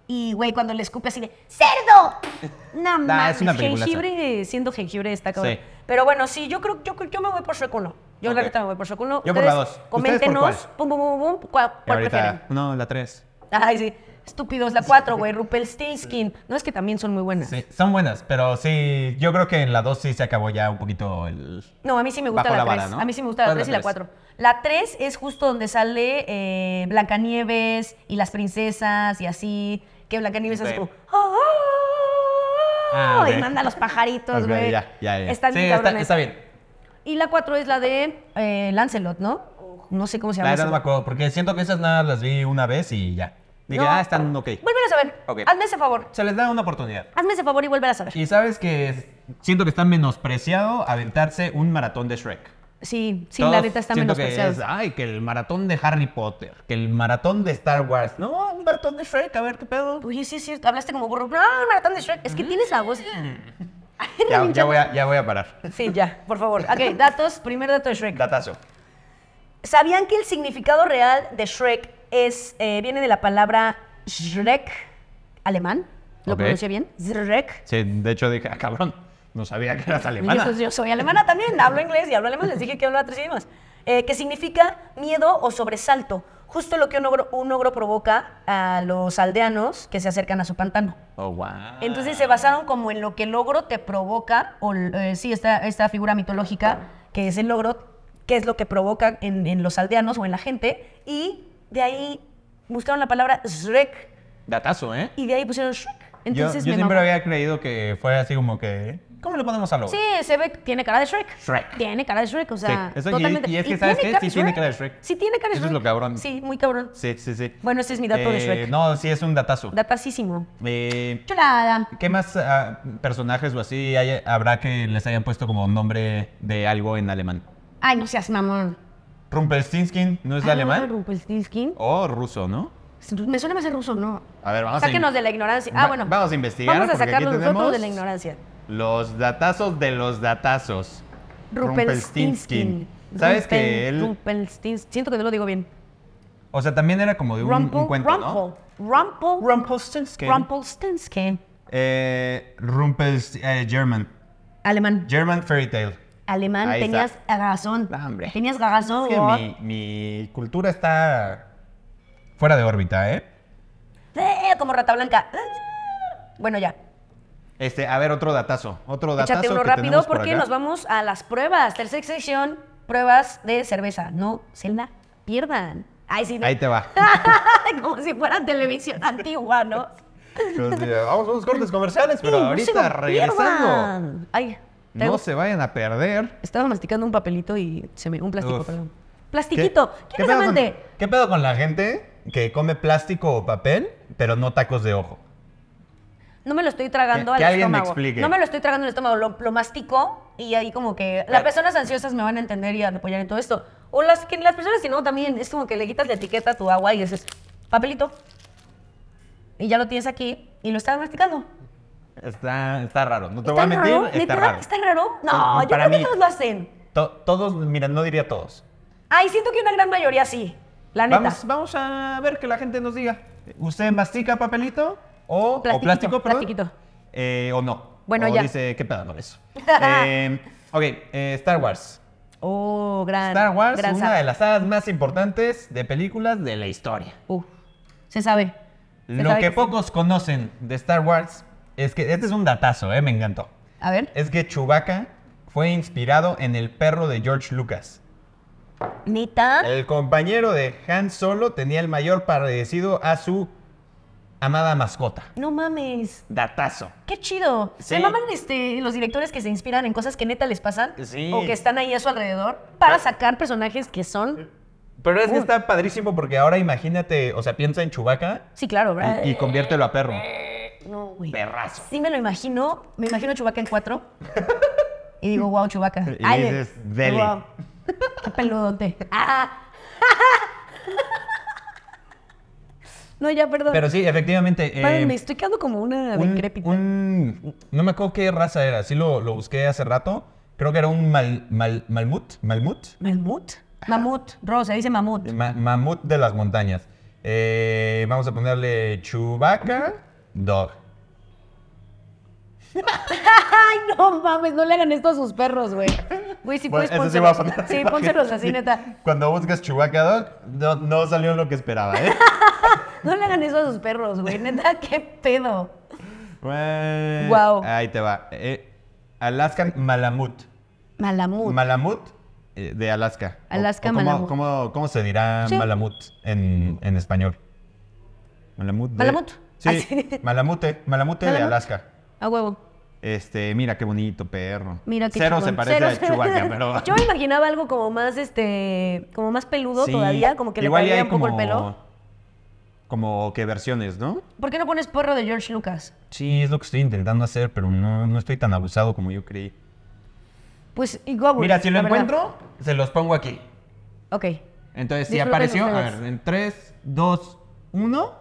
[SPEAKER 2] Y güey, cuando le escupe así de ¡Cerdo! No
[SPEAKER 1] Nah, es
[SPEAKER 2] mames,
[SPEAKER 1] una peliculaza.
[SPEAKER 2] jengibre siendo jengibre está cabrón.
[SPEAKER 1] Sí.
[SPEAKER 2] Pero bueno, sí, yo creo yo, creo- yo me voy por Shrek 1. Yo la
[SPEAKER 1] Ok.
[SPEAKER 2] neta me voy por Shrek 1.
[SPEAKER 1] Yo por la
[SPEAKER 2] Ustedes,
[SPEAKER 1] dos. ¿Ustedes por
[SPEAKER 2] Coméntenos,
[SPEAKER 1] cuál?
[SPEAKER 2] pum pum pum pum, cuál,
[SPEAKER 1] Y
[SPEAKER 2] cuál
[SPEAKER 1] ahorita-
[SPEAKER 2] prefieren.
[SPEAKER 1] No, la 3.
[SPEAKER 2] Ay, sí, estúpidos, la 4, güey, Rumpelstiltskin. No es que también son muy buenas.
[SPEAKER 1] Sí, son buenas, pero sí, yo creo que en la 2 sí se acabó ya un poquito el...
[SPEAKER 2] No, a mí sí me gusta
[SPEAKER 1] Bajo
[SPEAKER 2] la
[SPEAKER 1] la vara,
[SPEAKER 2] 3.
[SPEAKER 1] ¿no?
[SPEAKER 2] A mí sí me gusta la
[SPEAKER 1] ¿Cuál es
[SPEAKER 2] 3 y
[SPEAKER 1] la
[SPEAKER 2] la
[SPEAKER 1] tres?
[SPEAKER 2] 4. La 3 es justo donde sale eh, Blancanieves y las princesas y así. Que Blancanieves hace
[SPEAKER 1] Ok.
[SPEAKER 2] como. "Ah, ah, ah",
[SPEAKER 1] Ah, ok.
[SPEAKER 2] Y manda a los pajaritos,
[SPEAKER 1] Ok,
[SPEAKER 2] güey.
[SPEAKER 1] ya, ya, ya.
[SPEAKER 2] Están
[SPEAKER 1] sí,
[SPEAKER 2] bien
[SPEAKER 1] está,
[SPEAKER 2] cabrones.
[SPEAKER 1] está bien.
[SPEAKER 2] Y la 4 es la de eh, Lancelot, ¿no? No sé cómo se
[SPEAKER 1] La
[SPEAKER 2] llama.
[SPEAKER 1] verdad no
[SPEAKER 2] esa.
[SPEAKER 1] me acuerdo, porque siento que esas nada las vi una vez y ya. Dije,
[SPEAKER 2] No.
[SPEAKER 1] ah, están ok.
[SPEAKER 2] Vuelven a saber.
[SPEAKER 1] Ok.
[SPEAKER 2] Hazme ese favor.
[SPEAKER 1] Se les da una oportunidad.
[SPEAKER 2] Hazme ese favor y vuelven a saber.
[SPEAKER 1] Y sabes que siento que está menospreciado aventarse un maratón de Shrek.
[SPEAKER 2] Sí, sí,
[SPEAKER 1] Todos
[SPEAKER 2] la neta está
[SPEAKER 1] siento
[SPEAKER 2] menospreciado.
[SPEAKER 1] Que es, Ay, que el maratón de Harry Potter, que el maratón de Star Wars. No, un maratón de Shrek, a ver qué pedo.
[SPEAKER 2] Oye, sí es cierto, hablaste como burro. No, el maratón de Shrek. Es que tienes la voz.
[SPEAKER 1] Ya, ya voy, a, ya voy a parar.
[SPEAKER 2] Sí, ya, por favor. Ok, datos. Primer dato de Shrek.
[SPEAKER 1] Datazo.
[SPEAKER 2] ¿Sabían que el significado real de Shrek es, eh, viene de la palabra Shrek, alemán? ¿Lo
[SPEAKER 1] Ok.
[SPEAKER 2] pronuncié bien? Shrek.
[SPEAKER 1] Sí, de hecho dije, ah, cabrón, no sabía que eras
[SPEAKER 2] Yo,
[SPEAKER 1] alemana.
[SPEAKER 2] soy- yo soy alemana también, hablo inglés y hablo alemán, les dije que hablaba tres idiomas. Eh, que significa miedo o sobresalto, justo lo que un ogro, un ogro provoca a los aldeanos que se acercan a su pantano.
[SPEAKER 1] Oh, wow.
[SPEAKER 2] Entonces se basaron como en lo que el ogro te provoca, o eh, sí, esta, esta figura mitológica que es el ogro, que es lo que provoca en, en los aldeanos o en la gente, y de ahí buscaron la palabra Shrek,
[SPEAKER 1] Datazo, ¿eh?
[SPEAKER 2] y de ahí pusieron Shrek.
[SPEAKER 1] Yo-
[SPEAKER 2] Entonces
[SPEAKER 1] yo
[SPEAKER 2] me
[SPEAKER 1] siempre
[SPEAKER 2] mamó.
[SPEAKER 1] había creído que fue así como que. ¿Cómo le ponemos a lobo?
[SPEAKER 2] Sí, se ve, tiene cara de Shrek.
[SPEAKER 1] Shrek.
[SPEAKER 2] Tiene cara de Shrek, o sea,
[SPEAKER 1] Sí, eso- y-
[SPEAKER 2] totalmente.
[SPEAKER 1] y es que, ¿sabes qué? Sí tiene cara de Shrek.
[SPEAKER 2] Sí tiene cara de
[SPEAKER 1] Eso
[SPEAKER 2] Shrek.
[SPEAKER 1] es lo cabrón.
[SPEAKER 2] Sí, muy cabrón.
[SPEAKER 1] Sí, sí, sí.
[SPEAKER 2] Bueno, este es mi dato de
[SPEAKER 1] Eh,
[SPEAKER 2] Shrek.
[SPEAKER 1] No, sí, es un datazo.
[SPEAKER 2] Datasísimo.
[SPEAKER 1] Eh,
[SPEAKER 2] Chulada.
[SPEAKER 1] ¿Qué más ah, personajes o así hay- habrá que les hayan puesto como nombre de algo en alemán?
[SPEAKER 2] Ay, no seas mamón.
[SPEAKER 1] Rumpelstiltskin, ¿no es de
[SPEAKER 2] Ah,
[SPEAKER 1] alemán?
[SPEAKER 2] Rumpelstiltskin.
[SPEAKER 1] O ruso, ¿no?
[SPEAKER 2] Me suena más el ruso, no.
[SPEAKER 1] A ver, vamos
[SPEAKER 2] Sáquenos
[SPEAKER 1] in-
[SPEAKER 2] de la ignorancia.
[SPEAKER 1] Va-
[SPEAKER 2] Ah, bueno.
[SPEAKER 1] Vamos a investigar.
[SPEAKER 2] Vamos a
[SPEAKER 1] porque aquí
[SPEAKER 2] sacarlos nosotros de
[SPEAKER 1] tenemos
[SPEAKER 2] la ignorancia.
[SPEAKER 1] Los datazos de los datazos.
[SPEAKER 2] Rumpelstiltskin.
[SPEAKER 1] ¿Sabes
[SPEAKER 2] Rumpel-
[SPEAKER 1] que él?
[SPEAKER 2] Rumpelstiltskin. Siento que no lo digo bien.
[SPEAKER 1] O sea, también era como de un, un
[SPEAKER 2] Rumpel.
[SPEAKER 1] cuento,
[SPEAKER 2] Rumpel.
[SPEAKER 1] ¿no?
[SPEAKER 2] Rumpel.
[SPEAKER 1] Rumpelstiltskin.
[SPEAKER 2] Rumpelstiltskin.
[SPEAKER 1] Eh, Rumpels... eh, German.
[SPEAKER 2] Alemán.
[SPEAKER 1] German Fairy Tale.
[SPEAKER 2] Alemán,
[SPEAKER 1] Ahí
[SPEAKER 2] tenías razón.
[SPEAKER 1] Ah, hombre.
[SPEAKER 2] Tenías razón.
[SPEAKER 1] Es que mi, mi cultura está fuera de órbita, ¿eh?
[SPEAKER 2] Eh, como rata blanca. Bueno, ya.
[SPEAKER 1] Este, a ver, otro datazo. Otro datazo
[SPEAKER 2] Échate uno
[SPEAKER 1] que
[SPEAKER 2] rápido
[SPEAKER 1] tenemos por
[SPEAKER 2] porque
[SPEAKER 1] acá.
[SPEAKER 2] nos vamos a las pruebas. Tercera sección, pruebas de cerveza. No se la pierdan. Ay, sí. no.
[SPEAKER 1] Ahí te va.
[SPEAKER 2] como si fuera televisión antigua, ¿no?
[SPEAKER 1] Nos- eh, vamos a unos cortes comerciales, pero
[SPEAKER 2] Sí, no se
[SPEAKER 1] ahorita
[SPEAKER 2] lo
[SPEAKER 1] regresando.
[SPEAKER 2] pierdan. Ay, traigo-
[SPEAKER 1] No se vayan a perder.
[SPEAKER 2] Estaba masticando un papelito y se me... Un plástico,
[SPEAKER 1] Uf.
[SPEAKER 2] perdón. Plastiquito.
[SPEAKER 1] ¿Qué
[SPEAKER 2] ¿Quién es
[SPEAKER 1] pedo con-
[SPEAKER 2] amante?
[SPEAKER 1] ¿Qué pedo con la gente que come plástico o papel, pero no tacos de ojo?
[SPEAKER 2] No me lo estoy tragando
[SPEAKER 1] Que-
[SPEAKER 2] al
[SPEAKER 1] que alguien me
[SPEAKER 2] estómago.
[SPEAKER 1] explique.
[SPEAKER 2] No me lo estoy tragando al estómago, lo, lo mastico y ahí como que las personas ansiosas me van a entender y a apoyar en todo esto. O las que las personas si no también es como que le quitas la etiqueta a tu agua y dices, papelito. Y ya lo tienes aquí y lo estás masticando.
[SPEAKER 1] Está, está raro. No te
[SPEAKER 2] ¿Está
[SPEAKER 1] voy a mentir,
[SPEAKER 2] raro?
[SPEAKER 1] está
[SPEAKER 2] ¿Neta?
[SPEAKER 1] raro.
[SPEAKER 2] ¿Está raro? No, yo
[SPEAKER 1] Para
[SPEAKER 2] creo que
[SPEAKER 1] mí-
[SPEAKER 2] todos lo hacen.
[SPEAKER 1] To- todos, mira, no diría todos.
[SPEAKER 2] Ay, siento que una gran mayoría sí. La neta.
[SPEAKER 1] Vamos, vamos a ver que la gente nos diga. ¿Usted mastica papelito o o
[SPEAKER 2] Plastiquito,
[SPEAKER 1] plástico? perdón?
[SPEAKER 2] plastiquito.
[SPEAKER 1] Eh, o no.
[SPEAKER 2] Bueno,
[SPEAKER 1] O
[SPEAKER 2] ya.
[SPEAKER 1] dice, ¿qué pedo con eso? Eh, ok, eh, Star Wars.
[SPEAKER 2] Oh, gran.
[SPEAKER 1] Star Wars,
[SPEAKER 2] gran
[SPEAKER 1] una
[SPEAKER 2] saga.
[SPEAKER 1] de las sagas más importantes de películas de la historia.
[SPEAKER 2] Uh, se sabe. Se
[SPEAKER 1] Lo
[SPEAKER 2] sabe
[SPEAKER 1] que
[SPEAKER 2] sí.
[SPEAKER 1] pocos conocen de Star Wars es que, este es un datazo, eh, me encantó.
[SPEAKER 2] A ver,
[SPEAKER 1] Es que Chewbacca fue inspirado en el perro de George Lucas.
[SPEAKER 2] neta.
[SPEAKER 1] El compañero de Han Solo tenía el mayor parecido a su amada mascota.
[SPEAKER 2] No mames.
[SPEAKER 1] Datazo.
[SPEAKER 2] Qué chido. Se
[SPEAKER 1] Sí.
[SPEAKER 2] maman este, los directores que se inspiran en cosas que neta les pasan
[SPEAKER 1] Sí. Ah.
[SPEAKER 2] o que están ahí a su alrededor para sacar personajes que son.
[SPEAKER 1] Pero es que está padrísimo porque ahora imagínate, o sea, piensa en Chewbacca
[SPEAKER 2] Sí, claro, ¿verdad? Eh,
[SPEAKER 1] y, y conviértelo a perro.
[SPEAKER 2] No, güey.
[SPEAKER 1] Perrazo.
[SPEAKER 2] Sí me lo imagino. Me imagino a Chewbacca en cuatro. y digo, wow, Chewbacca.
[SPEAKER 1] Y dices, dele.
[SPEAKER 2] guau. Qué peludote. Ah. no, ya, perdón.
[SPEAKER 1] Pero sí, efectivamente. eh,
[SPEAKER 2] Perdón, me estoy quedando como una decrépita.
[SPEAKER 1] un- no me acuerdo qué raza era, sí lo, lo busqué hace rato. Creo que era un mal, mal- malmut, malmut,
[SPEAKER 2] ¿Mamut? Mamut. Bro, se dice mamut.
[SPEAKER 1] ma- mamut de las montañas. Eh, vamos a ponerle Chewbacca, dog.
[SPEAKER 2] Ay, no mames, no le hagan esto a sus perros, güey. Güey, si
[SPEAKER 1] Bueno,
[SPEAKER 2] puedes
[SPEAKER 1] eso sí voy a
[SPEAKER 2] pónselos.
[SPEAKER 1] poner
[SPEAKER 2] Sí,
[SPEAKER 1] imagen.
[SPEAKER 2] pónselos así,
[SPEAKER 1] Sí.
[SPEAKER 2] neta.
[SPEAKER 1] Cuando buscas Chewbacca Dog, no, no salió lo que esperaba, ¿eh?
[SPEAKER 2] No le hagan eso a sus perros, güey. Neta, qué pedo.
[SPEAKER 1] Bueno,
[SPEAKER 2] Guau.
[SPEAKER 1] Ahí te va. Eh, Alaskan Malamut.
[SPEAKER 2] Malamut.
[SPEAKER 1] Malamut eh, de Alaska. O-
[SPEAKER 2] Alaska
[SPEAKER 1] o cómo-
[SPEAKER 2] Malamut.
[SPEAKER 1] ¿cómo, cómo se dirá
[SPEAKER 2] Sí.
[SPEAKER 1] Malamut en, en español? Malamut. de-
[SPEAKER 2] Malamut.
[SPEAKER 1] Sí,
[SPEAKER 2] Ah, sí.
[SPEAKER 1] Malamute. Malamute de
[SPEAKER 2] Malamut.
[SPEAKER 1] Alaska.
[SPEAKER 2] A huevo.
[SPEAKER 1] Este, mira qué bonito perro.
[SPEAKER 2] Mira qué
[SPEAKER 1] Cero se
[SPEAKER 2] chingón.
[SPEAKER 1] parece
[SPEAKER 2] Cero
[SPEAKER 1] a
[SPEAKER 2] se-
[SPEAKER 1] Chewbacca, pero...
[SPEAKER 2] Yo me imaginaba algo como más, este, como más peludo
[SPEAKER 1] Sí,
[SPEAKER 2] todavía, como que
[SPEAKER 1] igual y
[SPEAKER 2] le caía
[SPEAKER 1] hay
[SPEAKER 2] un poco el
[SPEAKER 1] como-
[SPEAKER 2] pelo.
[SPEAKER 1] Como que versiones, ¿no?
[SPEAKER 2] ¿Por qué no pones perro de George Lucas?
[SPEAKER 1] Sí, es lo que estoy intentando hacer, pero no, no estoy tan abusado como yo creí.
[SPEAKER 2] Pues igual.
[SPEAKER 1] Mira, si lo encuentro, se los pongo aquí.
[SPEAKER 2] Ok.
[SPEAKER 1] Entonces, si
[SPEAKER 2] Disfruten
[SPEAKER 1] apareció, a
[SPEAKER 2] ustedes.
[SPEAKER 1] ver, en 3, 2, 1.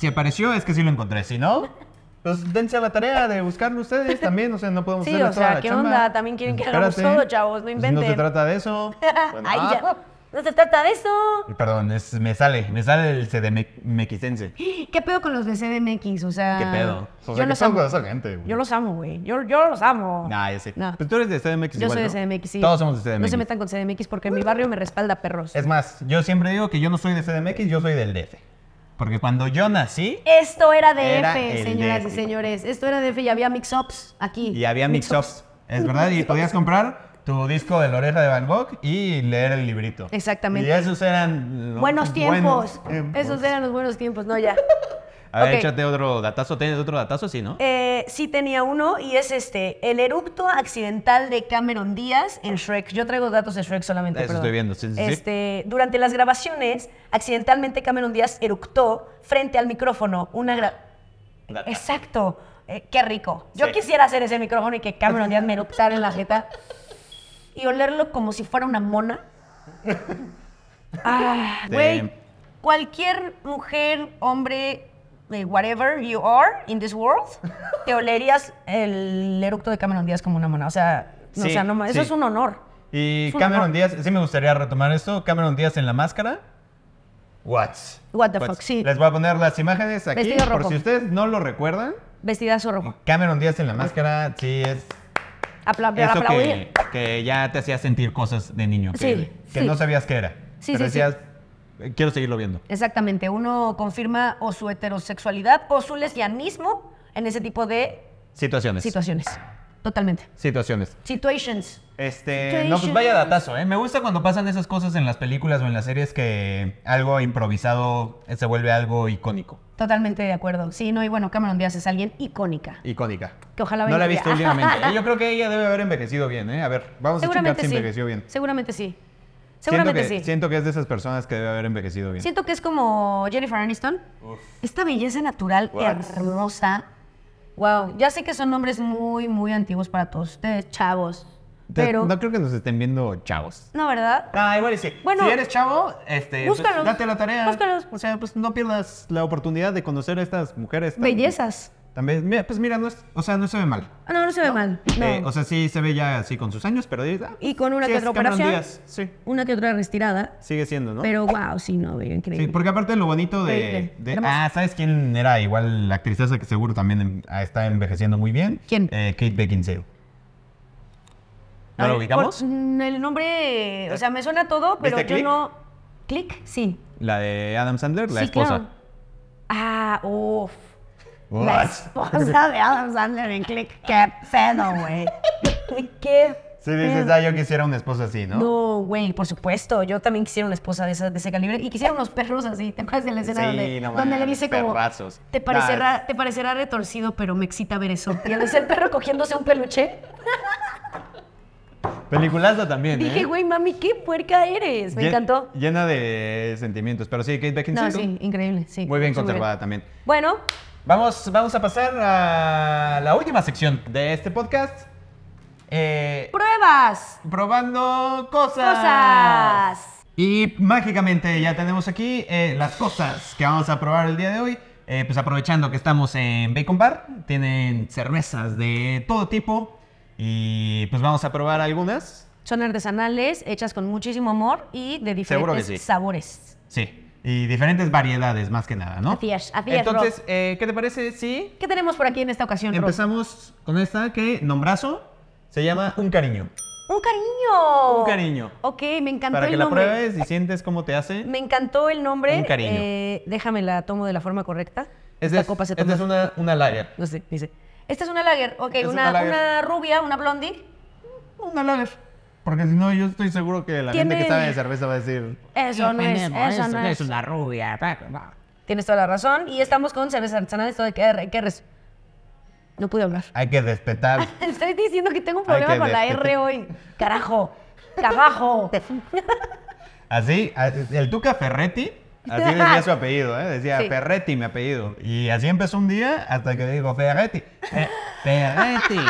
[SPEAKER 1] Si apareció, es que sí lo encontré. Si no, pues dense a la tarea de buscarlo ustedes también. O sea, no podemos
[SPEAKER 2] Sí,
[SPEAKER 1] hacerles
[SPEAKER 2] o
[SPEAKER 1] toda
[SPEAKER 2] sea,
[SPEAKER 1] la
[SPEAKER 2] ¿qué
[SPEAKER 1] chamba.
[SPEAKER 2] onda? También quieren que hagamos
[SPEAKER 1] Espérate.
[SPEAKER 2] todo, chavos, no
[SPEAKER 1] Pues No se
[SPEAKER 2] inventen.
[SPEAKER 1] trata de eso. Bueno,
[SPEAKER 2] Ay,
[SPEAKER 1] ah,
[SPEAKER 2] ya. No se trata de eso.
[SPEAKER 1] ah. Perdón, es- me sale, me sale el CDMXense.
[SPEAKER 2] ¿Qué pedo con los de CDMX? O sea.
[SPEAKER 1] ¿Qué pedo?
[SPEAKER 4] O sea,
[SPEAKER 2] Ah, yo
[SPEAKER 4] que
[SPEAKER 2] los
[SPEAKER 4] son
[SPEAKER 2] amo.
[SPEAKER 4] con esa gente, güey.
[SPEAKER 2] Yo los amo, güey. Yo, yo los amo.
[SPEAKER 1] Nah, ya sé.
[SPEAKER 2] No.
[SPEAKER 1] Pues tú eres de CDMX
[SPEAKER 2] Yo
[SPEAKER 1] igual,
[SPEAKER 2] soy de
[SPEAKER 1] ¿no?
[SPEAKER 2] CDMX, sí.
[SPEAKER 1] Todos somos de CDMX.
[SPEAKER 2] No se metan con CDMX porque mi barrio me respalda perros.
[SPEAKER 1] Es más, yo siempre digo que yo no soy de CDMX, yo soy del DF. Porque cuando yo nací,
[SPEAKER 2] Esto era de
[SPEAKER 1] Era
[SPEAKER 2] F,
[SPEAKER 1] el
[SPEAKER 2] señoras y
[SPEAKER 1] DF.
[SPEAKER 2] señores. Esto era de F y había mix-ups aquí.
[SPEAKER 1] y había mix-ups. Es verdad, y podías comprar tu disco de la oreja de Van Gogh y leer el librito.
[SPEAKER 2] Exactamente.
[SPEAKER 1] Y esos eran... los
[SPEAKER 2] Buenos tiempos.
[SPEAKER 1] tiempos.
[SPEAKER 2] Esos eran los buenos tiempos, no ya.
[SPEAKER 1] A ver,
[SPEAKER 2] Ok.
[SPEAKER 1] échate otro datazo. ¿Tienes otro datazo? Sí, ¿no?
[SPEAKER 2] Eh, sí tenía uno y es este, el eructo accidental de Cameron Díaz en Shrek. Yo traigo datos de Shrek solamente.
[SPEAKER 1] Ah, Eso
[SPEAKER 2] perdón.
[SPEAKER 1] estoy viendo, sí, sí, sí.
[SPEAKER 2] Este, Durante las grabaciones, accidentalmente Cameron Díaz eructó frente al micrófono. Una gra-
[SPEAKER 1] Data.
[SPEAKER 2] Exacto. Eh, qué rico. Yo
[SPEAKER 1] Sí.
[SPEAKER 2] quisiera hacer ese micrófono y que Cameron Díaz me eructara en la jeta y olerlo como si fuera una mona. Ah,
[SPEAKER 1] Sí.
[SPEAKER 2] güey. Cualquier mujer, hombre, eh, whatever you are in this world, te olerías el eructo de Cameron Díaz como una mona. O sea, no,
[SPEAKER 1] Sí,
[SPEAKER 2] o sea, no ma- eso
[SPEAKER 1] sí.
[SPEAKER 2] es un honor.
[SPEAKER 1] Y
[SPEAKER 2] Es un
[SPEAKER 1] Cameron
[SPEAKER 2] honor.
[SPEAKER 1] Díaz, sí me gustaría retomar esto. Cameron Díaz en la máscara. What?
[SPEAKER 2] What the fuck, sí.
[SPEAKER 1] Les voy a poner las imágenes aquí.
[SPEAKER 2] Vestido
[SPEAKER 1] Por
[SPEAKER 2] rojo.
[SPEAKER 1] si ustedes no lo recuerdan,
[SPEAKER 2] Vestidazo rojo.
[SPEAKER 1] Cameron Díaz en la máscara sí es
[SPEAKER 2] Apla-
[SPEAKER 1] eso
[SPEAKER 2] aplaudir.
[SPEAKER 1] que, que ya te hacía sentir cosas de niño. Que,
[SPEAKER 2] Sí,
[SPEAKER 1] que
[SPEAKER 2] sí.
[SPEAKER 1] no sabías qué era.
[SPEAKER 2] Sí,
[SPEAKER 1] pero
[SPEAKER 2] sí, sí.
[SPEAKER 1] decías, "Eh, quiero seguirlo viendo.
[SPEAKER 2] Exactamente, uno confirma o su heterosexualidad o su lesbianismo en ese tipo de
[SPEAKER 1] Situaciones.
[SPEAKER 2] situaciones. Totalmente.
[SPEAKER 1] Situaciones.
[SPEAKER 2] Situations.
[SPEAKER 1] Este, no, pues vaya datazo, ¿eh? Me gusta cuando pasan esas cosas en las películas o en las series que algo improvisado eh, se vuelve algo icónico.
[SPEAKER 2] Totalmente de acuerdo. Sí, no, y bueno, Cameron Díaz es alguien icónica.
[SPEAKER 1] Icónica.
[SPEAKER 2] Que ojalá
[SPEAKER 1] No
[SPEAKER 2] venga
[SPEAKER 1] la he
[SPEAKER 2] ya.
[SPEAKER 1] visto últimamente. Eh, Yo creo que ella debe haber envejecido bien, ¿eh? A ver, vamos a checar
[SPEAKER 2] Seguramente
[SPEAKER 1] si
[SPEAKER 2] sí.
[SPEAKER 1] envejeció bien.
[SPEAKER 2] Seguramente sí.
[SPEAKER 1] Siento
[SPEAKER 2] Seguramente
[SPEAKER 1] que,
[SPEAKER 2] sí.
[SPEAKER 1] siento que es de esas personas que debe haber envejecido bien.
[SPEAKER 2] Siento que es como Jennifer Aniston. Esta belleza natural hermosa. Wow, ya sé que son nombres muy, muy antiguos para todos ustedes, chavos.
[SPEAKER 1] Te-
[SPEAKER 2] Pero.
[SPEAKER 1] No creo que nos estén viendo chavos.
[SPEAKER 2] no, ¿verdad?
[SPEAKER 1] Ah, igual y sí.
[SPEAKER 2] Bueno,
[SPEAKER 1] si eres chavo, este, pues,
[SPEAKER 2] búscalos,
[SPEAKER 1] date la tarea.
[SPEAKER 2] búscalos.
[SPEAKER 1] O sea, pues no pierdas la oportunidad de conocer a estas mujeres. tan-
[SPEAKER 2] Bellezas.
[SPEAKER 1] También, mira, pues mira, no es- o sea, no se ve mal.
[SPEAKER 2] Ah, No, no se ve mal. No.
[SPEAKER 1] Eh, o sea, sí se ve ya así con sus años, pero ahí está.
[SPEAKER 2] y con una
[SPEAKER 1] Sí,
[SPEAKER 2] que
[SPEAKER 1] es
[SPEAKER 2] otra
[SPEAKER 1] Cameron
[SPEAKER 2] operación.
[SPEAKER 1] Díaz, Sí,
[SPEAKER 2] Una que otra restirada.
[SPEAKER 1] sigue siendo, ¿no?
[SPEAKER 2] Pero wow, sí, no, veo
[SPEAKER 1] Sí,
[SPEAKER 2] increíble.
[SPEAKER 1] porque aparte lo bonito de...
[SPEAKER 2] Increíble,
[SPEAKER 1] de-
[SPEAKER 2] hermoso.
[SPEAKER 1] ah, ¿sabes quién era igual la actriz esa que seguro también em- ah, está envejeciendo muy bien?
[SPEAKER 2] ¿Quién?
[SPEAKER 1] Eh, Kate Beckinsale.
[SPEAKER 2] A
[SPEAKER 1] ¿No lo
[SPEAKER 2] ver,
[SPEAKER 1] ubicamos?
[SPEAKER 2] por- mm, el nombre, o sea, me suena todo, pero yo
[SPEAKER 1] ¿Viste Click?
[SPEAKER 2] no. ¿Click? Sí.
[SPEAKER 1] La de Adam Sandler, la
[SPEAKER 2] sí, claro.
[SPEAKER 1] esposa.
[SPEAKER 2] Ah, uff. La
[SPEAKER 1] What?
[SPEAKER 2] esposa de Adam Sandler en Click. Qué pedo, güey. Qué.
[SPEAKER 1] Sí, dices,
[SPEAKER 2] pedo.
[SPEAKER 1] ah, yo quisiera una esposa así, ¿no?
[SPEAKER 2] No, güey, por supuesto. Yo también quisiera una esposa de, esa, de ese calibre. Y quisiera unos perros así. ¿Te acuerdas de la escena
[SPEAKER 1] Sí,
[SPEAKER 2] donde,
[SPEAKER 1] no
[SPEAKER 2] donde le
[SPEAKER 1] mames,
[SPEAKER 2] dice como.
[SPEAKER 1] perrazos.
[SPEAKER 2] Te parecerá, te parecerá retorcido, pero me excita ver eso. Y al ese perro cogiéndose un peluche,
[SPEAKER 1] ¿Eh? Peliculaza también, ¿eh?
[SPEAKER 2] dije, güey, mami, qué puerca eres. Me
[SPEAKER 1] Llen-
[SPEAKER 2] encantó.
[SPEAKER 1] Llena de sentimientos, pero sí, Kate Beckinsale.
[SPEAKER 2] No, sí, increíble. Sí,
[SPEAKER 1] Muy bien
[SPEAKER 2] sí,
[SPEAKER 1] conservada también.
[SPEAKER 2] Bueno,
[SPEAKER 1] Vamos, vamos a pasar a la última sección de este podcast. Eh,
[SPEAKER 2] pruebas.
[SPEAKER 1] probando cosas.
[SPEAKER 2] Cosas.
[SPEAKER 1] Y mágicamente ya tenemos aquí eh, las cosas que vamos a probar el día de hoy. Eh, pues aprovechando que estamos en Bacon Bar, tienen cervezas de todo tipo. Y pues vamos a probar algunas.
[SPEAKER 2] Son artesanales, hechas con muchísimo amor y de
[SPEAKER 1] Seguro que
[SPEAKER 2] diferentes
[SPEAKER 1] sí.
[SPEAKER 2] sabores.
[SPEAKER 1] Sí. Y diferentes variedades, más que nada, ¿no?
[SPEAKER 2] Así es, así es,
[SPEAKER 1] Entonces, eh, ¿qué te parece si
[SPEAKER 2] ¿Qué tenemos por aquí en esta ocasión, Rob?
[SPEAKER 1] Empezamos con esta que nombrazo se llama Un Cariño.
[SPEAKER 2] Un cariño.
[SPEAKER 1] Un cariño.
[SPEAKER 2] Ok, me encantó
[SPEAKER 1] Para
[SPEAKER 2] el
[SPEAKER 1] que la
[SPEAKER 2] nombre.
[SPEAKER 1] pruebes y sientes cómo te hace.
[SPEAKER 2] Me encantó el nombre.
[SPEAKER 1] Un cariño.
[SPEAKER 2] Eh, déjame la tomo de la forma correcta.
[SPEAKER 1] Esta
[SPEAKER 2] Esta
[SPEAKER 1] es,
[SPEAKER 2] copa se
[SPEAKER 1] esta
[SPEAKER 2] toma.
[SPEAKER 1] es una, una lager.
[SPEAKER 2] No sé, dice. Esta es una lager. Ok,
[SPEAKER 1] Es
[SPEAKER 2] una,
[SPEAKER 1] una lager.
[SPEAKER 2] una rubia, una blondie.
[SPEAKER 1] Una lager. Porque si no, yo estoy seguro que la gente
[SPEAKER 2] Tiene-
[SPEAKER 1] que sabe de cerveza va a decir...
[SPEAKER 2] Eso no es. Eso no es.
[SPEAKER 5] una rubia. pa, pa.
[SPEAKER 2] Tienes toda la razón. Y estamos con cervezas artesanales. Todo hay que, hay que res- No pude hablar.
[SPEAKER 1] Hay que respetar.
[SPEAKER 2] Estoy diciendo que tengo un
[SPEAKER 1] Hay que
[SPEAKER 2] problema con la
[SPEAKER 1] respetar.
[SPEAKER 2] R hoy. Carajo. Carajo.
[SPEAKER 1] Así, a- el Tuca Ferretti, así decía su apellido, ¿eh? Decía
[SPEAKER 2] Sí.
[SPEAKER 1] Ferretti mi apellido. Y así empezó un día hasta que digo Ferretti. Fe- Ferretti.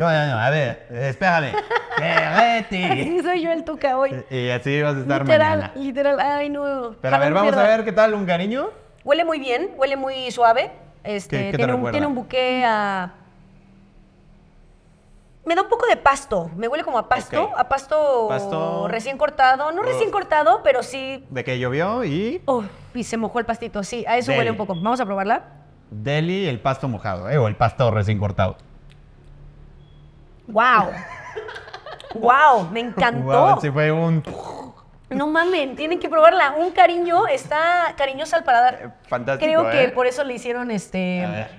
[SPEAKER 1] No, no, no, a ver, espérame. Betty.
[SPEAKER 2] Así soy yo el tuca hoy.
[SPEAKER 1] Y así vas a estar
[SPEAKER 2] Literal,
[SPEAKER 1] mañana.
[SPEAKER 2] literal. Ay, no.
[SPEAKER 1] Pero a ver,
[SPEAKER 2] Jamás
[SPEAKER 1] vamos a
[SPEAKER 2] pierdo.
[SPEAKER 1] ver qué tal un cariño.
[SPEAKER 2] Huele muy bien, huele muy suave. Este,
[SPEAKER 1] ¿Qué- qué te
[SPEAKER 2] tiene, un,
[SPEAKER 1] recuerda?
[SPEAKER 2] tiene un buque a. Me da un poco de pasto. Me huele como a pasto.
[SPEAKER 1] Ok.
[SPEAKER 2] A pasto,
[SPEAKER 1] Pasto.
[SPEAKER 2] recién cortado. No recién
[SPEAKER 1] Ugh.
[SPEAKER 2] cortado, pero sí.
[SPEAKER 1] De que llovió y
[SPEAKER 2] Oh, y se mojó el pastito. Sí, a eso
[SPEAKER 1] Deli.
[SPEAKER 2] huele un poco. Vamos a probarla.
[SPEAKER 1] Delhi el pasto mojado, ¿eh? O el pasto recién cortado.
[SPEAKER 2] ¡Wow! ¡Wow! Me encantó.
[SPEAKER 1] Guau, sí fue un
[SPEAKER 2] No mamen, tienen que probarla. Un cariño está cariñosa al paladar.
[SPEAKER 1] fantástico,
[SPEAKER 2] Creo que
[SPEAKER 1] ¿eh?
[SPEAKER 2] por eso le hicieron este
[SPEAKER 1] A ver.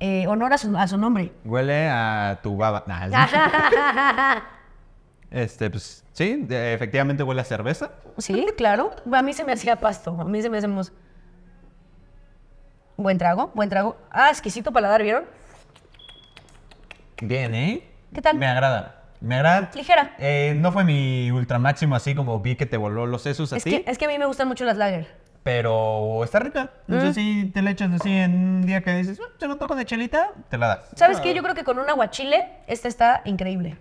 [SPEAKER 2] eh, honor a su, a su nombre.
[SPEAKER 1] Huele a tu baba. Nah, este, pues, sí, de- efectivamente huele a cerveza.
[SPEAKER 2] Sí, claro. A mí se me hacía pasto. A mí se me hacemos. Buen trago, buen trago. Ah, exquisito paladar, ¿vieron?
[SPEAKER 1] Bien, ¿eh?
[SPEAKER 2] ¿Qué tal?
[SPEAKER 1] Me agrada. Me agrada.
[SPEAKER 2] Ligera.
[SPEAKER 1] Eh, no fue mi ultra máximo así como vi que te voló los sesos a
[SPEAKER 2] Es
[SPEAKER 1] ti,
[SPEAKER 2] que, es que a mí me gustan mucho las lager.
[SPEAKER 1] pero está rica. No sé
[SPEAKER 2] Mm.
[SPEAKER 1] si te la echas así en un día que dices, "Ah, se lo toco de chelita, te la das.
[SPEAKER 2] ¿Sabes qué? Yo creo que con un aguachile, esta está increíble.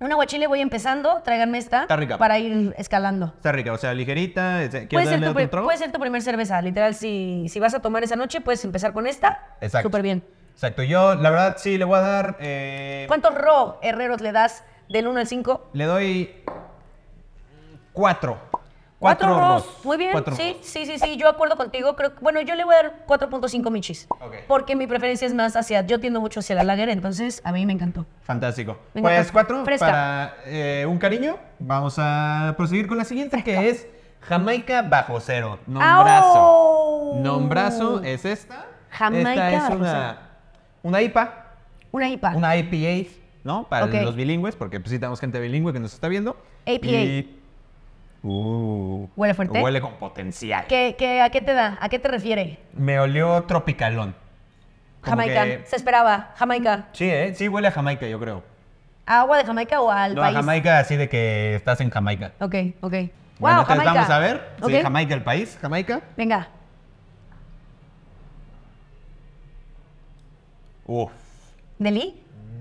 [SPEAKER 2] Un aguachile voy empezando, tráiganme esta
[SPEAKER 1] Está rica.
[SPEAKER 2] para ir escalando.
[SPEAKER 1] Está rica, o sea, ligerita. este, ¿Quieres
[SPEAKER 2] Puede ser,
[SPEAKER 1] darle
[SPEAKER 2] tu
[SPEAKER 1] otro
[SPEAKER 2] pri-
[SPEAKER 1] trago?
[SPEAKER 2] puede ser tu primer cerveza, literal. Si, si vas a tomar esa noche, puedes empezar con esta.
[SPEAKER 1] Exacto.
[SPEAKER 2] Súper bien.
[SPEAKER 1] Exacto, yo la verdad sí le voy a dar. eh,
[SPEAKER 2] ¿Cuántos ro herreros le das del 1 al 5?
[SPEAKER 1] le doy. Cuatro.
[SPEAKER 2] Cuatro
[SPEAKER 1] ros.
[SPEAKER 2] ros. Muy bien,
[SPEAKER 1] Cuatro
[SPEAKER 2] sí,
[SPEAKER 1] ros.
[SPEAKER 2] sí, sí, sí, yo acuerdo contigo. Creo, que- bueno, yo le voy a dar 4.5 michis.
[SPEAKER 1] Ok.
[SPEAKER 2] Porque mi preferencia es más hacia, yo tiendo mucho hacia la lager, entonces a mí me encantó.
[SPEAKER 1] Fantástico.
[SPEAKER 2] Venga,
[SPEAKER 1] pues
[SPEAKER 2] pa-
[SPEAKER 1] cuatro
[SPEAKER 2] fresca.
[SPEAKER 1] para eh, un cariño. Vamos a proseguir con la siguiente que es Jamaica bajo cero. Nombrazo.
[SPEAKER 2] ¡Au!
[SPEAKER 1] Nombrazo eh. es esta.
[SPEAKER 2] Jamaica
[SPEAKER 1] esta es
[SPEAKER 2] bajo cero.
[SPEAKER 1] una, una IPA.
[SPEAKER 2] Una IPA.
[SPEAKER 1] Una IPA, ¿no? Para
[SPEAKER 2] Ok.
[SPEAKER 1] los bilingües, porque pues, sí tenemos gente bilingüe que nos está viendo.
[SPEAKER 2] APA.
[SPEAKER 1] Y- Uh,
[SPEAKER 2] ¿Huele fuerte?
[SPEAKER 1] Huele con potencial.
[SPEAKER 2] ¿Qué- qué- a qué te da? ¿A qué te refiere?
[SPEAKER 1] Me olió tropicalón. Como
[SPEAKER 2] Jamaica.
[SPEAKER 1] que-
[SPEAKER 2] Se esperaba. Jamaica.
[SPEAKER 1] Sí, ¿eh? Sí huele a Jamaica, yo creo.
[SPEAKER 2] ¿A agua de Jamaica o al
[SPEAKER 1] no,
[SPEAKER 2] país?
[SPEAKER 1] a Jamaica así de que estás en Jamaica.
[SPEAKER 2] Ok, ok.
[SPEAKER 1] Bueno,
[SPEAKER 2] wow,
[SPEAKER 1] entonces
[SPEAKER 2] Jamaica.
[SPEAKER 1] vamos a ver. Sí,
[SPEAKER 2] Ok,
[SPEAKER 1] Jamaica, el país. Jamaica.
[SPEAKER 2] Venga.
[SPEAKER 1] Uf.
[SPEAKER 2] ¿Deli?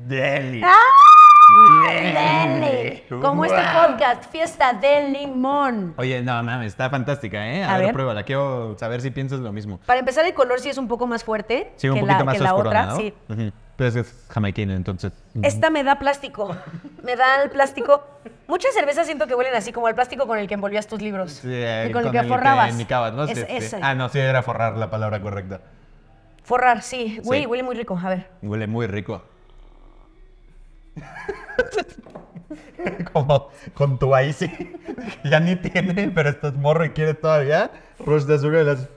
[SPEAKER 1] Deli.
[SPEAKER 2] Ah. ¡Deli! Como este
[SPEAKER 1] Guau.
[SPEAKER 2] podcast, fiesta del limón.
[SPEAKER 1] Oye, no mames, está fantástica, ¿eh? A,
[SPEAKER 2] A
[SPEAKER 1] ver,
[SPEAKER 2] ver.
[SPEAKER 1] pruébala. Quiero saber si piensas lo mismo.
[SPEAKER 2] Para empezar, el color sí es un poco más fuerte
[SPEAKER 1] Sí, un
[SPEAKER 2] que,
[SPEAKER 1] poquito
[SPEAKER 2] la,
[SPEAKER 1] más
[SPEAKER 2] que la
[SPEAKER 1] oscuro,
[SPEAKER 2] otra.
[SPEAKER 1] ¿no?
[SPEAKER 2] Sí.
[SPEAKER 1] Ujú. Pero es que es jamaiquina, entonces.
[SPEAKER 2] Esta me da plástico. Me da el plástico. Muchas cervezas siento que huelen así, como el plástico con el que envolvías tus libros.
[SPEAKER 1] Sí, eh,
[SPEAKER 2] y con, el que forrabas.
[SPEAKER 1] indicabas, ¿no? Sí,
[SPEAKER 2] Es
[SPEAKER 1] sí.
[SPEAKER 2] ese.
[SPEAKER 1] Ah, no, sí, era forrar la palabra correcta.
[SPEAKER 2] Forrar, sí. Güey,
[SPEAKER 1] Sí.
[SPEAKER 2] huele muy rico. A ver.
[SPEAKER 1] Huele muy rico. Como con tu ahí sí. Ya ni tiene, pero estás morro y quieres todavía. Rush de azúcar y las.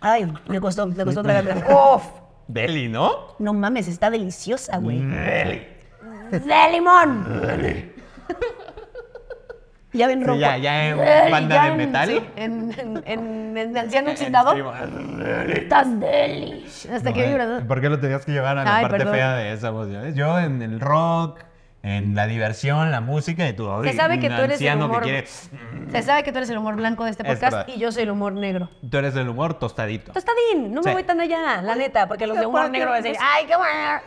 [SPEAKER 2] Ay, me costó, me
[SPEAKER 1] Mm.
[SPEAKER 2] costó tragarla. ¡Uf!
[SPEAKER 1] Deli, ¿no?
[SPEAKER 2] No mames, está deliciosa, güey.
[SPEAKER 1] Mm, Deli.
[SPEAKER 2] ¡De limón! ya ven rojo.
[SPEAKER 1] Sí, ya, ya en
[SPEAKER 2] Ey,
[SPEAKER 1] banda
[SPEAKER 2] ya
[SPEAKER 1] de
[SPEAKER 2] en-
[SPEAKER 1] metal.
[SPEAKER 2] sí, en, en, en, en anciano oxidado. Estás delish. Hasta que vibra. ¿no?
[SPEAKER 1] ¿Por qué lo tenías que llevar a la
[SPEAKER 2] Ay,
[SPEAKER 1] parte
[SPEAKER 2] perdón.
[SPEAKER 1] fea de esa voz? ya ves? Yo en el rock, en la diversión, la música y todo.
[SPEAKER 2] Se sabe que tú eres el
[SPEAKER 1] anciano que
[SPEAKER 2] humor.
[SPEAKER 1] quiere-
[SPEAKER 2] Se sabe que tú eres el humor blanco de este
[SPEAKER 1] Es
[SPEAKER 2] podcast
[SPEAKER 1] verdad.
[SPEAKER 2] y yo soy el humor negro.
[SPEAKER 1] Tú eres el humor tostadito.
[SPEAKER 2] Tostadín, no me
[SPEAKER 1] Sí.
[SPEAKER 2] voy tan allá, la neta, porque los de humor
[SPEAKER 1] Aparte,
[SPEAKER 2] negro van a decir,
[SPEAKER 1] pues-
[SPEAKER 2] ay, qué bueno.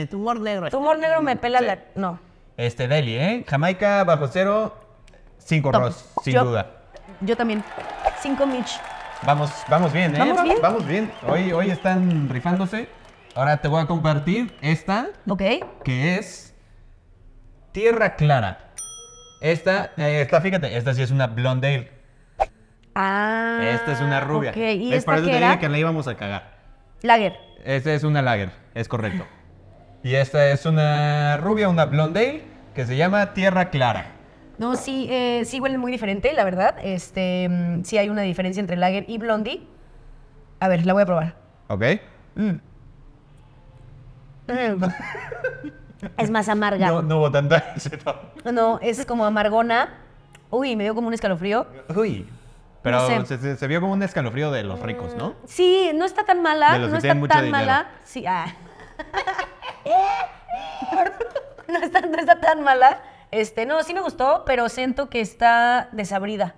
[SPEAKER 2] No,
[SPEAKER 1] tu humor negro.
[SPEAKER 2] tu humor negro me pela la. No.
[SPEAKER 1] Este, Delhi, ¿eh? Jamaica, bajo cero, cinco
[SPEAKER 2] Top.
[SPEAKER 1] ros, sin
[SPEAKER 2] Yo-
[SPEAKER 1] duda.
[SPEAKER 2] Yo también. Cinco Mitch.
[SPEAKER 1] Vamos, vamos bien, ¿eh?
[SPEAKER 2] ¿Vamos bien?
[SPEAKER 1] Vamos bien. Hoy, hoy están rifándose. Ahora te voy a compartir esta.
[SPEAKER 2] ¿Ok?
[SPEAKER 1] que es Tierra Clara. Esta, eh, esta, fíjate, esta sí es una blonde ale.
[SPEAKER 2] Ah.
[SPEAKER 1] Esta es una rubia.
[SPEAKER 2] Ok, ¿y
[SPEAKER 1] ¿Ves? Por
[SPEAKER 2] esta
[SPEAKER 1] eso
[SPEAKER 2] qué
[SPEAKER 1] te
[SPEAKER 2] era?
[SPEAKER 1] dije que la íbamos a cagar.
[SPEAKER 2] Lager.
[SPEAKER 1] Esta es una lager, es correcto. Y esta es una rubia, una blonde ale, que se llama Tierra Clara.
[SPEAKER 2] No, sí, eh, sí huelen muy diferente, la verdad. Este, mm, sí hay una diferencia entre Lager y Blondie. A ver, la voy a probar.
[SPEAKER 1] ¿Ok?
[SPEAKER 2] Mm. es más amarga.
[SPEAKER 1] No,
[SPEAKER 2] No,
[SPEAKER 1] no hubo tanta...
[SPEAKER 2] es como amargona. Uy, me dio como un escalofrío.
[SPEAKER 1] Uy. Pero
[SPEAKER 2] No sé.
[SPEAKER 1] se, se- se vio como un escalofrío de los ricos, ¿no?
[SPEAKER 2] Sí, no está tan mala,
[SPEAKER 1] De los
[SPEAKER 2] no
[SPEAKER 1] que
[SPEAKER 2] está
[SPEAKER 1] tienen
[SPEAKER 2] tan
[SPEAKER 1] mucho dinero.
[SPEAKER 2] mala. Sí, ah. no, está, no está tan mala. Este, no, sí me gustó, pero siento que está desabrida.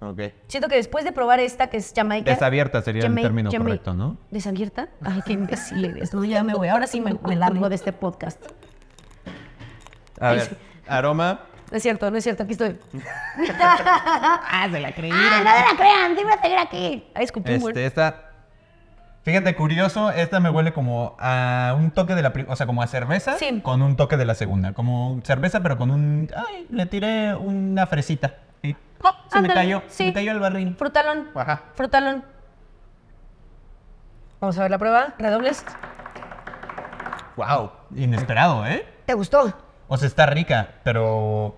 [SPEAKER 1] Ok.
[SPEAKER 2] Siento que después de probar esta que es Jamaica.
[SPEAKER 1] Desabierta sería el
[SPEAKER 2] Jamai-
[SPEAKER 1] término
[SPEAKER 2] Jamai-
[SPEAKER 1] correcto, ¿no?
[SPEAKER 2] ¿Desabierta? Ay, qué imbécil eres. No, ya me voy. Ahora sí me, me largo de este podcast.
[SPEAKER 1] A ver, aroma.
[SPEAKER 2] No es cierto, no es cierto, aquí estoy.
[SPEAKER 1] Ah, se la creí.
[SPEAKER 3] ¡Ah, no me la crean! ¡Sí me seguir aquí!
[SPEAKER 2] Ay, escupí un
[SPEAKER 1] Este, esta. Fíjate, curioso, esta me huele como a un toque de la primera, o sea, como a cerveza
[SPEAKER 2] Sí.
[SPEAKER 1] con un toque de la segunda. Como cerveza, pero con un. Ay, le tiré una fresita. Sí. se me
[SPEAKER 2] Oh, ándale,
[SPEAKER 1] cayó, se
[SPEAKER 2] sí.
[SPEAKER 1] me cayó el barril.
[SPEAKER 2] Frutalón.
[SPEAKER 1] Ajá.
[SPEAKER 2] Frutalón. Vamos a ver la prueba. Redobles.
[SPEAKER 1] Wow, inesperado, ¿eh?
[SPEAKER 2] ¿Te gustó?
[SPEAKER 1] O sea, está rica, pero.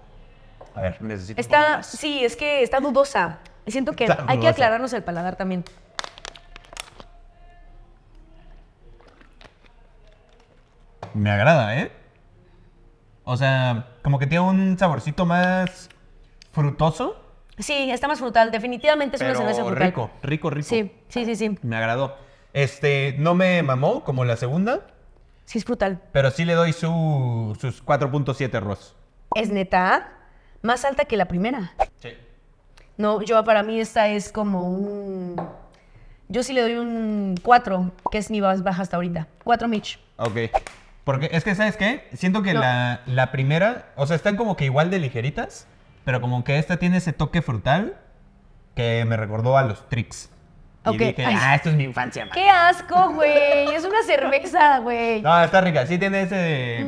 [SPEAKER 1] A ver.
[SPEAKER 4] Necesito un poco
[SPEAKER 2] Está,
[SPEAKER 4] más.
[SPEAKER 2] sí, es que está dudosa. Siento que
[SPEAKER 1] Está
[SPEAKER 2] hay que
[SPEAKER 1] dudosa.
[SPEAKER 2] aclararnos el paladar también.
[SPEAKER 1] Me agrada, ¿eh? O sea, como que tiene un saborcito más frutoso,
[SPEAKER 2] Sí, está más frutal. Definitivamente es una
[SPEAKER 1] pero
[SPEAKER 2] cerveza frutal.
[SPEAKER 1] rico, rico, rico.
[SPEAKER 2] Sí, sí, sí, sí.
[SPEAKER 1] Me agradó. Este, no me mamó como la segunda,
[SPEAKER 2] Sí es frutal.
[SPEAKER 1] pero sí le doy su, sus 4.7 Ross.
[SPEAKER 2] Es neta más alta que la primera.
[SPEAKER 1] Sí.
[SPEAKER 2] No, yo para mí esta es como un... Yo sí le doy un 4, que es mi más baja hasta ahorita. 4 Mitch.
[SPEAKER 1] Ok. Porque es que, ¿sabes qué? Siento que
[SPEAKER 2] No.
[SPEAKER 1] la, la primera, o sea, están como que igual de ligeritas, pero como que esta tiene ese toque frutal que me recordó a los tricks.
[SPEAKER 2] Ok,
[SPEAKER 1] Y dije,
[SPEAKER 2] ay.
[SPEAKER 1] ah, esto es mi infancia, man".
[SPEAKER 2] ¡Qué asco, güey! Es una cerveza, güey.
[SPEAKER 1] No, está rica. Sí tiene ese.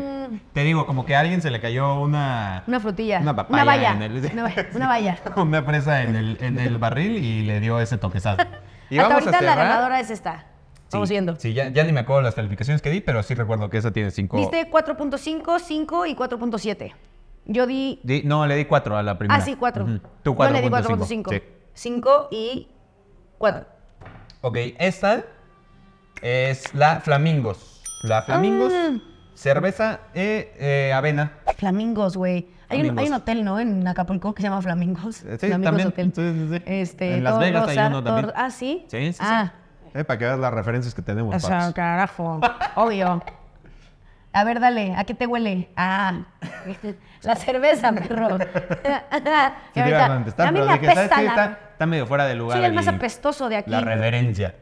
[SPEAKER 1] Te digo, como que a alguien se le cayó una.
[SPEAKER 2] Mm. Una frutilla.
[SPEAKER 1] Una papaya
[SPEAKER 2] Una valla.
[SPEAKER 1] en el-
[SPEAKER 2] Una, valla- una valla.
[SPEAKER 1] una presa en el, en el barril y le dio ese toquezazo. Y
[SPEAKER 2] hasta
[SPEAKER 1] vamos a
[SPEAKER 2] ahorita la
[SPEAKER 1] cerrar.
[SPEAKER 2] ganadora es esta. Vamos viendo.
[SPEAKER 1] Sí, ya, ya ni me acuerdo las calificaciones que di, pero sí recuerdo que esa tiene 5.
[SPEAKER 2] Viste 4.5, 5 y 4.7. Yo di...
[SPEAKER 1] no, le di 4 a la primera.
[SPEAKER 2] Ah, sí, 4.
[SPEAKER 1] Ujú. Tú
[SPEAKER 2] Yo le di
[SPEAKER 1] 4.5.
[SPEAKER 2] 4.5.
[SPEAKER 1] Sí.
[SPEAKER 2] 5 y 4.
[SPEAKER 1] Ok, esta es la Flamingos. La Flamingos,
[SPEAKER 2] Ah.
[SPEAKER 1] cerveza e eh, avena.
[SPEAKER 2] Flamingos, güey. Hay un,
[SPEAKER 1] Flamingos.
[SPEAKER 2] hay un hotel, ¿no? En Acapulco que se llama Flamingos.
[SPEAKER 1] Sí,
[SPEAKER 2] Flamingos
[SPEAKER 1] también.
[SPEAKER 2] Hotel.
[SPEAKER 1] Sí, sí, sí.
[SPEAKER 2] Este,
[SPEAKER 1] En Las
[SPEAKER 2] todo
[SPEAKER 1] Vegas hay
[SPEAKER 2] rosa,
[SPEAKER 1] uno
[SPEAKER 2] todo-
[SPEAKER 1] también.
[SPEAKER 2] Ah, sí.
[SPEAKER 1] Sí, sí, sí.
[SPEAKER 2] Ah,
[SPEAKER 4] Eh, para que veas las referencias que tenemos.
[SPEAKER 2] o sea,
[SPEAKER 4] paps.
[SPEAKER 2] carajo. Obvio. A ver, dale, ¿a qué te huele? Ah, la cerveza, perro.
[SPEAKER 1] Sí, te iba a contestar,
[SPEAKER 2] a mí
[SPEAKER 1] pero
[SPEAKER 2] me
[SPEAKER 1] dije, ¿sabes
[SPEAKER 2] apesta
[SPEAKER 1] qué?
[SPEAKER 2] la-
[SPEAKER 1] Está, está medio fuera de lugar.
[SPEAKER 2] Soy el más
[SPEAKER 1] aquí.
[SPEAKER 2] apestoso de aquí.
[SPEAKER 1] La reverencia.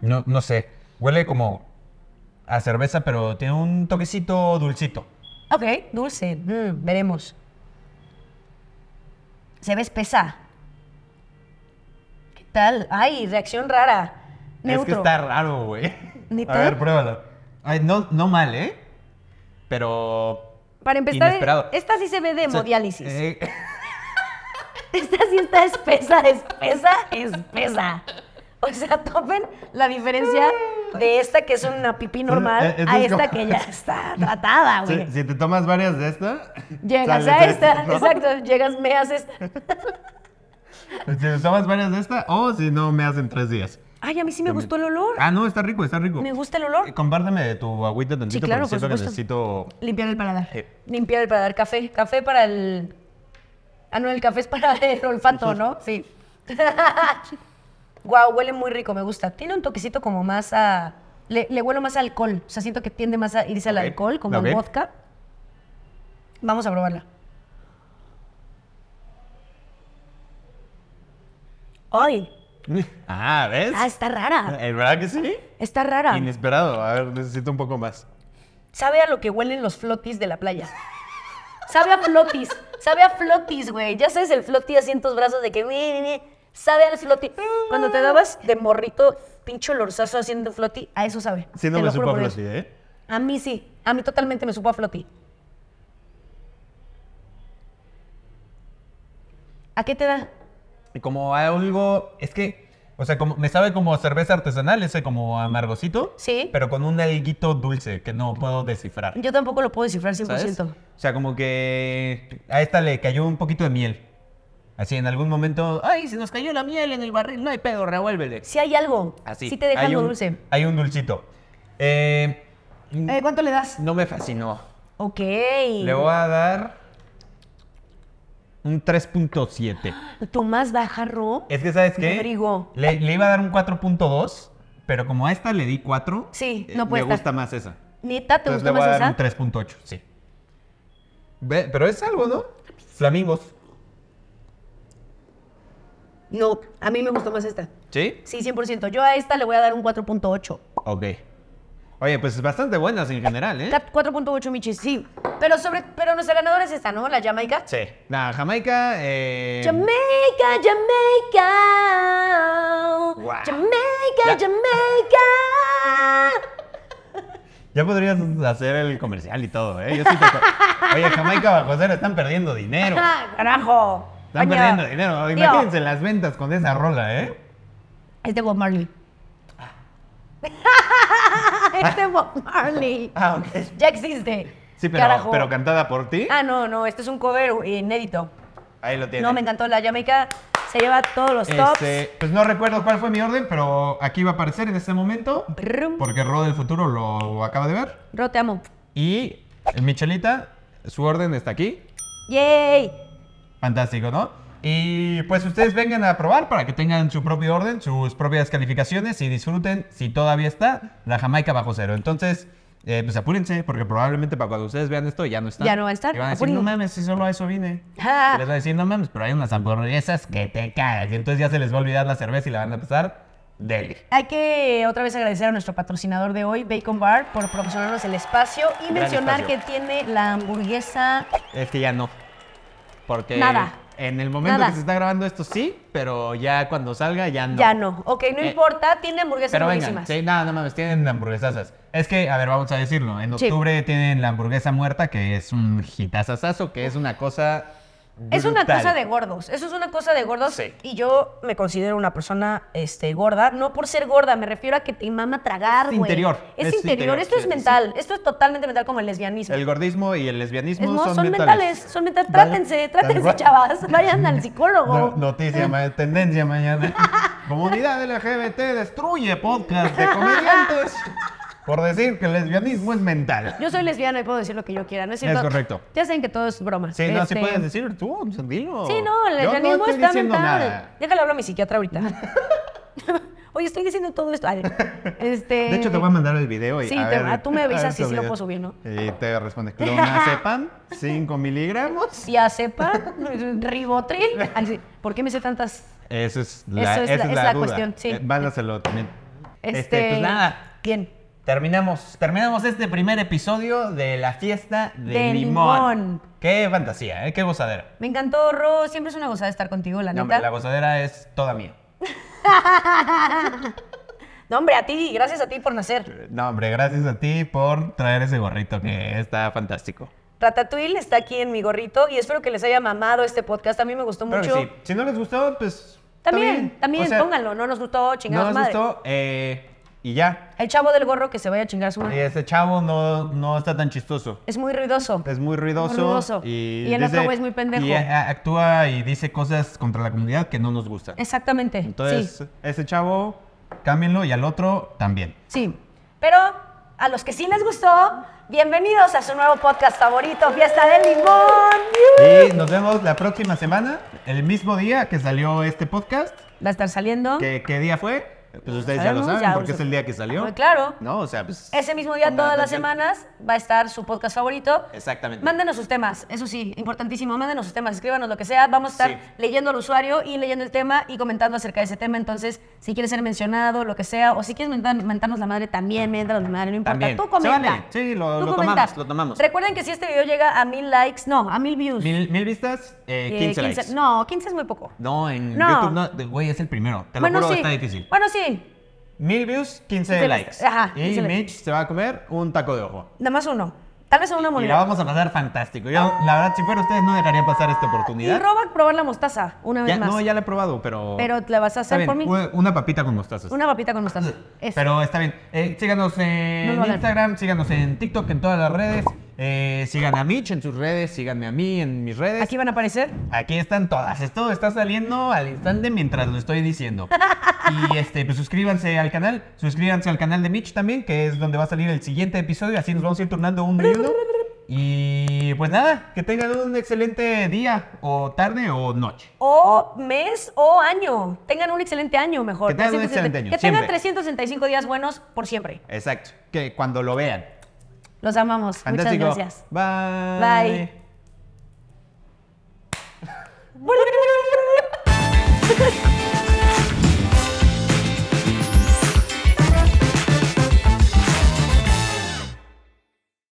[SPEAKER 1] No, no sé. Huele como a cerveza, pero tiene un toquecito dulcito.
[SPEAKER 2] Ok, dulce. Mm, veremos. Se ve espesa. ¿Qué tal? Ay, reacción rara. Neutro.
[SPEAKER 1] Es que está raro, güey.
[SPEAKER 2] ¿Neta?
[SPEAKER 1] A ver, pruébalo. Ay, no, no mal, ¿eh? Pero.
[SPEAKER 2] Para empezar,
[SPEAKER 1] inesperado.
[SPEAKER 2] esta sí se ve de
[SPEAKER 1] o sea,
[SPEAKER 2] hemodiálisis.
[SPEAKER 1] eh,
[SPEAKER 2] Esta sí está espesa, espesa, espesa. O sea, topen la diferencia de esta que es una pipí normal
[SPEAKER 4] Eh, eh,
[SPEAKER 2] a
[SPEAKER 4] es como-
[SPEAKER 2] esta que ya está tratada, güey.
[SPEAKER 4] si, si te tomas varias de esta,
[SPEAKER 2] Llegas
[SPEAKER 4] sales
[SPEAKER 2] a
[SPEAKER 4] de
[SPEAKER 2] esta,
[SPEAKER 4] ¿no?
[SPEAKER 2] exacto, llegas, me haces.
[SPEAKER 4] Si te tomas varias de esta, o si no, me hacen tres días.
[SPEAKER 2] Ay, a mí sí me gustó el olor.
[SPEAKER 4] Ah, no, está rico, está rico.
[SPEAKER 2] Me gusta el
[SPEAKER 1] eh,
[SPEAKER 2] olor.
[SPEAKER 1] compárteme de tu agüita tantito
[SPEAKER 2] claro,
[SPEAKER 1] porque
[SPEAKER 2] por
[SPEAKER 1] siento que
[SPEAKER 2] supuesto.
[SPEAKER 1] necesito.
[SPEAKER 2] Limpiar el paladar.
[SPEAKER 1] Sí.
[SPEAKER 2] Limpiar el paladar. Café. Café para el. Ah, no, el café es para el olfato, ¿no? Sí. Guau, huele muy rico, me gusta. Tiene un toquecito como más a. Le, le huelo más a alcohol. O sea, siento que tiende más a irse al
[SPEAKER 1] Ok,
[SPEAKER 2] alcohol, como
[SPEAKER 1] ok.
[SPEAKER 2] al vodka. Vamos a probarla. ¡Ay!
[SPEAKER 4] Ah, ¿ves?
[SPEAKER 2] Ah, está rara.
[SPEAKER 1] Eh,
[SPEAKER 4] ¿Es verdad que sí?
[SPEAKER 2] Está rara.
[SPEAKER 4] Inesperado. A ver, necesito un poco más.
[SPEAKER 2] Sabe a lo que huelen los flotis de la playa. Sabe a flotis. Sabe a flotis, güey. Ya sabes el floti así en tus brazos de que... "Ni, ni, ni". Sabe al floti. Cuando te dabas de morrito, pincho lorzazo haciendo floti, a eso sabe.
[SPEAKER 4] Sí, no
[SPEAKER 2] Te
[SPEAKER 4] me
[SPEAKER 2] lo
[SPEAKER 4] supo
[SPEAKER 2] juro por
[SPEAKER 4] floti,
[SPEAKER 2] Dios.
[SPEAKER 4] ¿eh?
[SPEAKER 2] A mí sí. A mí totalmente me supo a floti. ¿A qué te da?
[SPEAKER 1] Y Como algo. Es que. O sea, como, me sabe como cerveza artesanal, ese como amargosito.
[SPEAKER 2] Sí.
[SPEAKER 1] Pero con un alguito dulce que no puedo descifrar.
[SPEAKER 2] Yo tampoco lo puedo descifrar 100%.
[SPEAKER 1] ¿sabes? O sea, como que a esta le cayó un poquito de miel. Así en algún momento, ay, se nos cayó la miel en el barril, no hay pedo, revuélvele.
[SPEAKER 2] Si hay algo.
[SPEAKER 1] Así.
[SPEAKER 2] Sí te deja
[SPEAKER 1] Ah, hay
[SPEAKER 2] algo
[SPEAKER 1] un-
[SPEAKER 2] dulce.
[SPEAKER 1] Hay un dulcito. Eh,
[SPEAKER 2] Eh, ¿Cuánto le das?
[SPEAKER 1] no me fascinó.
[SPEAKER 2] Ok.
[SPEAKER 1] Le voy a dar un 3.7.
[SPEAKER 2] ¿Tu más baja, Ro?
[SPEAKER 1] Es que, ¿sabes qué?
[SPEAKER 2] Rodrigo.
[SPEAKER 1] Le, le iba a dar un 4.2, pero como a esta le di 4,
[SPEAKER 2] Sí,
[SPEAKER 1] eh,
[SPEAKER 2] no puede
[SPEAKER 1] me gusta
[SPEAKER 2] estar.
[SPEAKER 1] más esa.
[SPEAKER 2] ¿Neta te
[SPEAKER 1] Entonces le
[SPEAKER 2] gustó
[SPEAKER 1] voy
[SPEAKER 2] más
[SPEAKER 1] a dar
[SPEAKER 2] esa?
[SPEAKER 1] un 3.8, sí. Ve, pero es algo, ¿no? Flamingos.
[SPEAKER 2] No, a mí me gustó más esta.
[SPEAKER 1] ¿Sí?
[SPEAKER 2] Sí, 100%. Yo a esta le voy a dar un 4.8.
[SPEAKER 1] Ok. Oye, pues bastante buenas en general, ¿eh?
[SPEAKER 2] Cat- 4.8 michis, sí. Pero sobre, pero nuestra ganadora es esta, ¿no? La Jamaica.
[SPEAKER 1] Sí. La Jamaica. eh,
[SPEAKER 2] Jamaica, Jamaica.
[SPEAKER 1] Guau.
[SPEAKER 2] Jamaica,
[SPEAKER 1] La-
[SPEAKER 2] Jamaica.
[SPEAKER 1] Ya podrías hacer el comercial y todo, ¿eh? Yo sí te co- Oye, Jamaica bajo cero están perdiendo dinero.
[SPEAKER 2] Ah, carajo.
[SPEAKER 1] Están
[SPEAKER 2] Oye,
[SPEAKER 1] perdiendo dinero.
[SPEAKER 2] tío,
[SPEAKER 1] Imagínense las ventas con esa rola, ¿eh?
[SPEAKER 2] Es de Bob Marley. es de Bob Marley.
[SPEAKER 1] Ah, ok.
[SPEAKER 2] Ya existe.
[SPEAKER 1] Sí, pero,
[SPEAKER 2] Carajo.
[SPEAKER 1] pero cantada por ti.
[SPEAKER 2] Ah, no, no, este es un cover inédito.
[SPEAKER 1] Ahí lo tienes.
[SPEAKER 2] No, me encantó. La Jamaica se lleva todos los tops.
[SPEAKER 1] Este, pues no recuerdo cuál fue mi orden, pero aquí va a aparecer en este momento.
[SPEAKER 2] Brum.
[SPEAKER 1] Porque Ro del futuro lo acaba de ver.
[SPEAKER 2] Ro, te amo.
[SPEAKER 1] Y Michelita, su orden está aquí.
[SPEAKER 2] ¡Yay!
[SPEAKER 1] Fantástico, ¿no? Y pues ustedes vengan a probar para que tengan su propio orden, sus propias calificaciones y disfruten, si todavía está, la Jamaica bajo cero. Entonces, eh, pues apúrense, porque probablemente para cuando ustedes vean esto ya no está.
[SPEAKER 2] Ya no va a estar,
[SPEAKER 1] Y van a decir,
[SPEAKER 2] apúrense.
[SPEAKER 1] no mames, si solo a eso vine.
[SPEAKER 2] Ah.
[SPEAKER 1] Y Les va a decir, no mames, pero hay unas hamburguesas que te cagas. Y entonces ya se les va a olvidar la cerveza y la van a pasar deli.
[SPEAKER 2] Hay que otra vez agradecer a nuestro patrocinador de hoy, Bacon Bar, por proporcionarnos el espacio y
[SPEAKER 1] Gran
[SPEAKER 2] mencionar
[SPEAKER 1] espacio.
[SPEAKER 2] que tiene la hamburguesa.
[SPEAKER 1] Es que ya no. Porque
[SPEAKER 2] Nada.
[SPEAKER 1] en el momento
[SPEAKER 2] Nada.
[SPEAKER 1] que se está grabando esto sí, pero ya cuando salga ya no.
[SPEAKER 2] Ya no. Ok, no
[SPEAKER 1] Eh,
[SPEAKER 2] importa, tiene hamburguesas
[SPEAKER 1] Pero vengan,
[SPEAKER 2] buenísimas.
[SPEAKER 1] sí, no, no mames, tienen hamburguesas. Es que, a ver, vamos a decirlo. En
[SPEAKER 2] Sí.
[SPEAKER 1] octubre tienen la hamburguesa muerta, que es un hitazazazo, que es una cosa.
[SPEAKER 2] Es una
[SPEAKER 1] brutal.
[SPEAKER 2] cosa de gordos, eso es una cosa de gordos
[SPEAKER 1] Sí.
[SPEAKER 2] y yo me considero una persona este, gorda, no por ser gorda, me refiero a que te mama tragar,
[SPEAKER 1] Es
[SPEAKER 2] güey.
[SPEAKER 1] interior,
[SPEAKER 2] Es,
[SPEAKER 1] es
[SPEAKER 2] interior,
[SPEAKER 1] interior,
[SPEAKER 2] esto es
[SPEAKER 1] sí,
[SPEAKER 2] mental, esto es totalmente mental como el lesbianismo.
[SPEAKER 1] El gordismo y el lesbianismo
[SPEAKER 2] Es- no,
[SPEAKER 1] son,
[SPEAKER 2] son mentales, son mentales,
[SPEAKER 1] Vaya-
[SPEAKER 2] trátense,
[SPEAKER 1] tal
[SPEAKER 2] trátense
[SPEAKER 1] cual.
[SPEAKER 2] chavas, vayan al psicólogo.
[SPEAKER 1] No- noticia, ma- tendencia mañana. Comunidad LGBT destruye podcast de comediantes por decir que el lesbianismo es mental.
[SPEAKER 2] Yo soy lesbiana y puedo decir lo que yo quiera, ¿no es cierto?
[SPEAKER 1] correcto.
[SPEAKER 2] Ya saben que todo es broma.
[SPEAKER 1] Sí, no, sí
[SPEAKER 2] Este,
[SPEAKER 1] puedes decir tú, dilo.
[SPEAKER 2] Sí, no, el
[SPEAKER 1] Yo
[SPEAKER 2] lesbianismo
[SPEAKER 1] no estoy
[SPEAKER 2] está
[SPEAKER 1] diciendo
[SPEAKER 2] mental.
[SPEAKER 1] nada.
[SPEAKER 2] Déjale hablar a mi psiquiatra ahorita. Oye, estoy diciendo todo esto. Ay, este...
[SPEAKER 1] De hecho, te voy a mandar el video y
[SPEAKER 2] Sí,
[SPEAKER 1] a
[SPEAKER 2] te-
[SPEAKER 1] ver-
[SPEAKER 2] ah, tú me
[SPEAKER 1] a
[SPEAKER 2] avisas
[SPEAKER 1] ver
[SPEAKER 2] si
[SPEAKER 1] tu
[SPEAKER 2] sí lo
[SPEAKER 1] video.
[SPEAKER 2] puedo subir, ¿no?
[SPEAKER 1] Y te responde, clonazepam, 5 miligramos.
[SPEAKER 2] Si a cepa, ribotril. Ay, sí. ¿Por qué me sé tantas?
[SPEAKER 1] Esa es la,
[SPEAKER 2] Eso es
[SPEAKER 1] esa
[SPEAKER 2] la-
[SPEAKER 1] es
[SPEAKER 2] es
[SPEAKER 1] la
[SPEAKER 2] la
[SPEAKER 1] duda.
[SPEAKER 2] cuestión, sí.
[SPEAKER 1] Eh, mándaselo también.
[SPEAKER 2] Este,
[SPEAKER 1] pues nada,
[SPEAKER 2] Bien.
[SPEAKER 1] terminamos, terminamos este primer episodio de la fiesta de,
[SPEAKER 2] De
[SPEAKER 1] limón.
[SPEAKER 2] limón.
[SPEAKER 1] Qué fantasía, ¿eh? qué gozadera.
[SPEAKER 2] Me encantó, Ro. Siempre es una gozada estar contigo, la
[SPEAKER 1] No,
[SPEAKER 2] neta.
[SPEAKER 1] hombre, la gozadera es toda mía.
[SPEAKER 2] No, hombre, a ti. Gracias a ti por nacer.
[SPEAKER 1] No, hombre, gracias a ti por traer ese gorrito que está fantástico.
[SPEAKER 2] Ratatouille está aquí en mi gorrito y espero que les haya mamado este podcast. A mí me gustó
[SPEAKER 1] Pero
[SPEAKER 2] mucho.
[SPEAKER 1] sí, si no les gustó, pues. está
[SPEAKER 2] También,
[SPEAKER 1] bien.
[SPEAKER 2] también,
[SPEAKER 1] O sea,
[SPEAKER 2] pónganlo. No nos gustó,
[SPEAKER 1] No
[SPEAKER 2] chingados
[SPEAKER 1] les
[SPEAKER 2] madre.
[SPEAKER 1] gustó, eh, y ya.
[SPEAKER 2] El chavo del gorro que se vaya a chingar su
[SPEAKER 1] Y
[SPEAKER 2] madre.
[SPEAKER 1] este chavo no, no está tan chistoso.
[SPEAKER 2] Es muy ruidoso.
[SPEAKER 1] Es muy ruidoso.
[SPEAKER 2] ruidoso.
[SPEAKER 1] Y,
[SPEAKER 2] Y el otro
[SPEAKER 1] dice-
[SPEAKER 2] güey es muy pendejo.
[SPEAKER 1] Y eh, actúa y dice cosas contra la comunidad que no nos gustan.
[SPEAKER 2] Exactamente.
[SPEAKER 1] Entonces,
[SPEAKER 2] Sí.
[SPEAKER 1] ese chavo, cámbienlo y al otro también.
[SPEAKER 2] Sí. Pero a los que sí les gustó, bienvenidos a su nuevo podcast favorito, Fiesta del Limón.
[SPEAKER 1] Y nos vemos la próxima semana, el mismo día que salió este podcast.
[SPEAKER 2] Va a estar saliendo.
[SPEAKER 1] ¿Qué, qué día fue? Pues ustedes ya lo
[SPEAKER 2] Sabemos,
[SPEAKER 1] saben
[SPEAKER 2] ya
[SPEAKER 1] porque
[SPEAKER 2] lo
[SPEAKER 1] es el día que salió.
[SPEAKER 2] Muy claro.
[SPEAKER 1] No, o sea, pues...
[SPEAKER 2] Ese mismo día,
[SPEAKER 1] Pongan
[SPEAKER 2] todas las
[SPEAKER 1] atención.
[SPEAKER 2] semanas, va a estar su podcast favorito.
[SPEAKER 1] Exactamente.
[SPEAKER 2] Mándenos sus temas, eso sí, importantísimo. Mándenos sus temas, escríbanos lo que sea. Vamos a estar
[SPEAKER 1] Sí.
[SPEAKER 2] leyendo al usuario y leyendo el tema y comentando acerca de ese tema. Entonces, si quieres ser mencionado, lo que sea, o si quieres mentar- mentarnos la madre, también miéntanos la madre, no importa.
[SPEAKER 1] También.
[SPEAKER 2] Tú
[SPEAKER 1] Se
[SPEAKER 2] comenta.
[SPEAKER 1] vale. Sí, lo-
[SPEAKER 2] Tú
[SPEAKER 1] lo
[SPEAKER 2] comenta.
[SPEAKER 1] tomamos, lo tomamos.
[SPEAKER 2] Recuerden que si este video llega a mil likes, no, a mil views.
[SPEAKER 1] Mil, mil vistas, eh,
[SPEAKER 2] eh,
[SPEAKER 1] 15 likes. No.
[SPEAKER 2] No, 15 es muy poco.
[SPEAKER 1] en
[SPEAKER 2] No.
[SPEAKER 1] YouTube no, de- güey, es el primero. Te lo
[SPEAKER 2] bueno,
[SPEAKER 1] juro,
[SPEAKER 2] sí.
[SPEAKER 1] está difícil.
[SPEAKER 2] Bueno, sí.
[SPEAKER 1] Mil views, 15 likes.
[SPEAKER 2] 15 likes. Ajá,
[SPEAKER 1] y
[SPEAKER 2] 15 likes.
[SPEAKER 1] Mitch se va a comer un taco de ojo.
[SPEAKER 2] Nada más uno. Tal vez a una
[SPEAKER 1] Y
[SPEAKER 2] moneda.
[SPEAKER 1] la vamos a pasar fantástico. Yo, la verdad, si fuera ustedes, no dejaría pasar esta
[SPEAKER 2] Y
[SPEAKER 1] oportunidad.
[SPEAKER 2] roba probar la mostaza una vez
[SPEAKER 1] Ya-
[SPEAKER 2] más.
[SPEAKER 1] no, ya la he probado, pero.
[SPEAKER 2] Pero la vas a
[SPEAKER 1] Está
[SPEAKER 2] hacer
[SPEAKER 1] bien,
[SPEAKER 2] por mí.
[SPEAKER 1] u- Una papita con mostazas.
[SPEAKER 2] Una papita con mostaza. Eso.
[SPEAKER 1] Pero está bien. Eh, síganos en
[SPEAKER 2] No lo hagan.
[SPEAKER 1] Instagram, síganos en TikTok, en todas las redes. Eh, sigan a Mitch en sus redes, síganme a mí en mis redes.
[SPEAKER 2] Aquí van a aparecer.
[SPEAKER 1] Aquí están todas. Esto está saliendo al instante mientras lo estoy diciendo. Y este, pues suscríbanse al canal. Suscríbanse al canal de Mitch también, que es donde va a salir el siguiente episodio. Así nos vamos a ir turnando uno y uno. Y pues nada, que tengan un excelente día, o tarde, o noche.
[SPEAKER 2] O mes o año. Tengan un excelente año mejor.
[SPEAKER 1] Que tengan un excelente año,
[SPEAKER 2] Que tengan
[SPEAKER 1] siempre.
[SPEAKER 2] 365 días buenos por siempre.
[SPEAKER 1] Exacto. Que cuando lo vean.
[SPEAKER 2] Los amamos.
[SPEAKER 1] Fantástico.
[SPEAKER 2] Muchas gracias.
[SPEAKER 1] Bye.
[SPEAKER 2] Bye.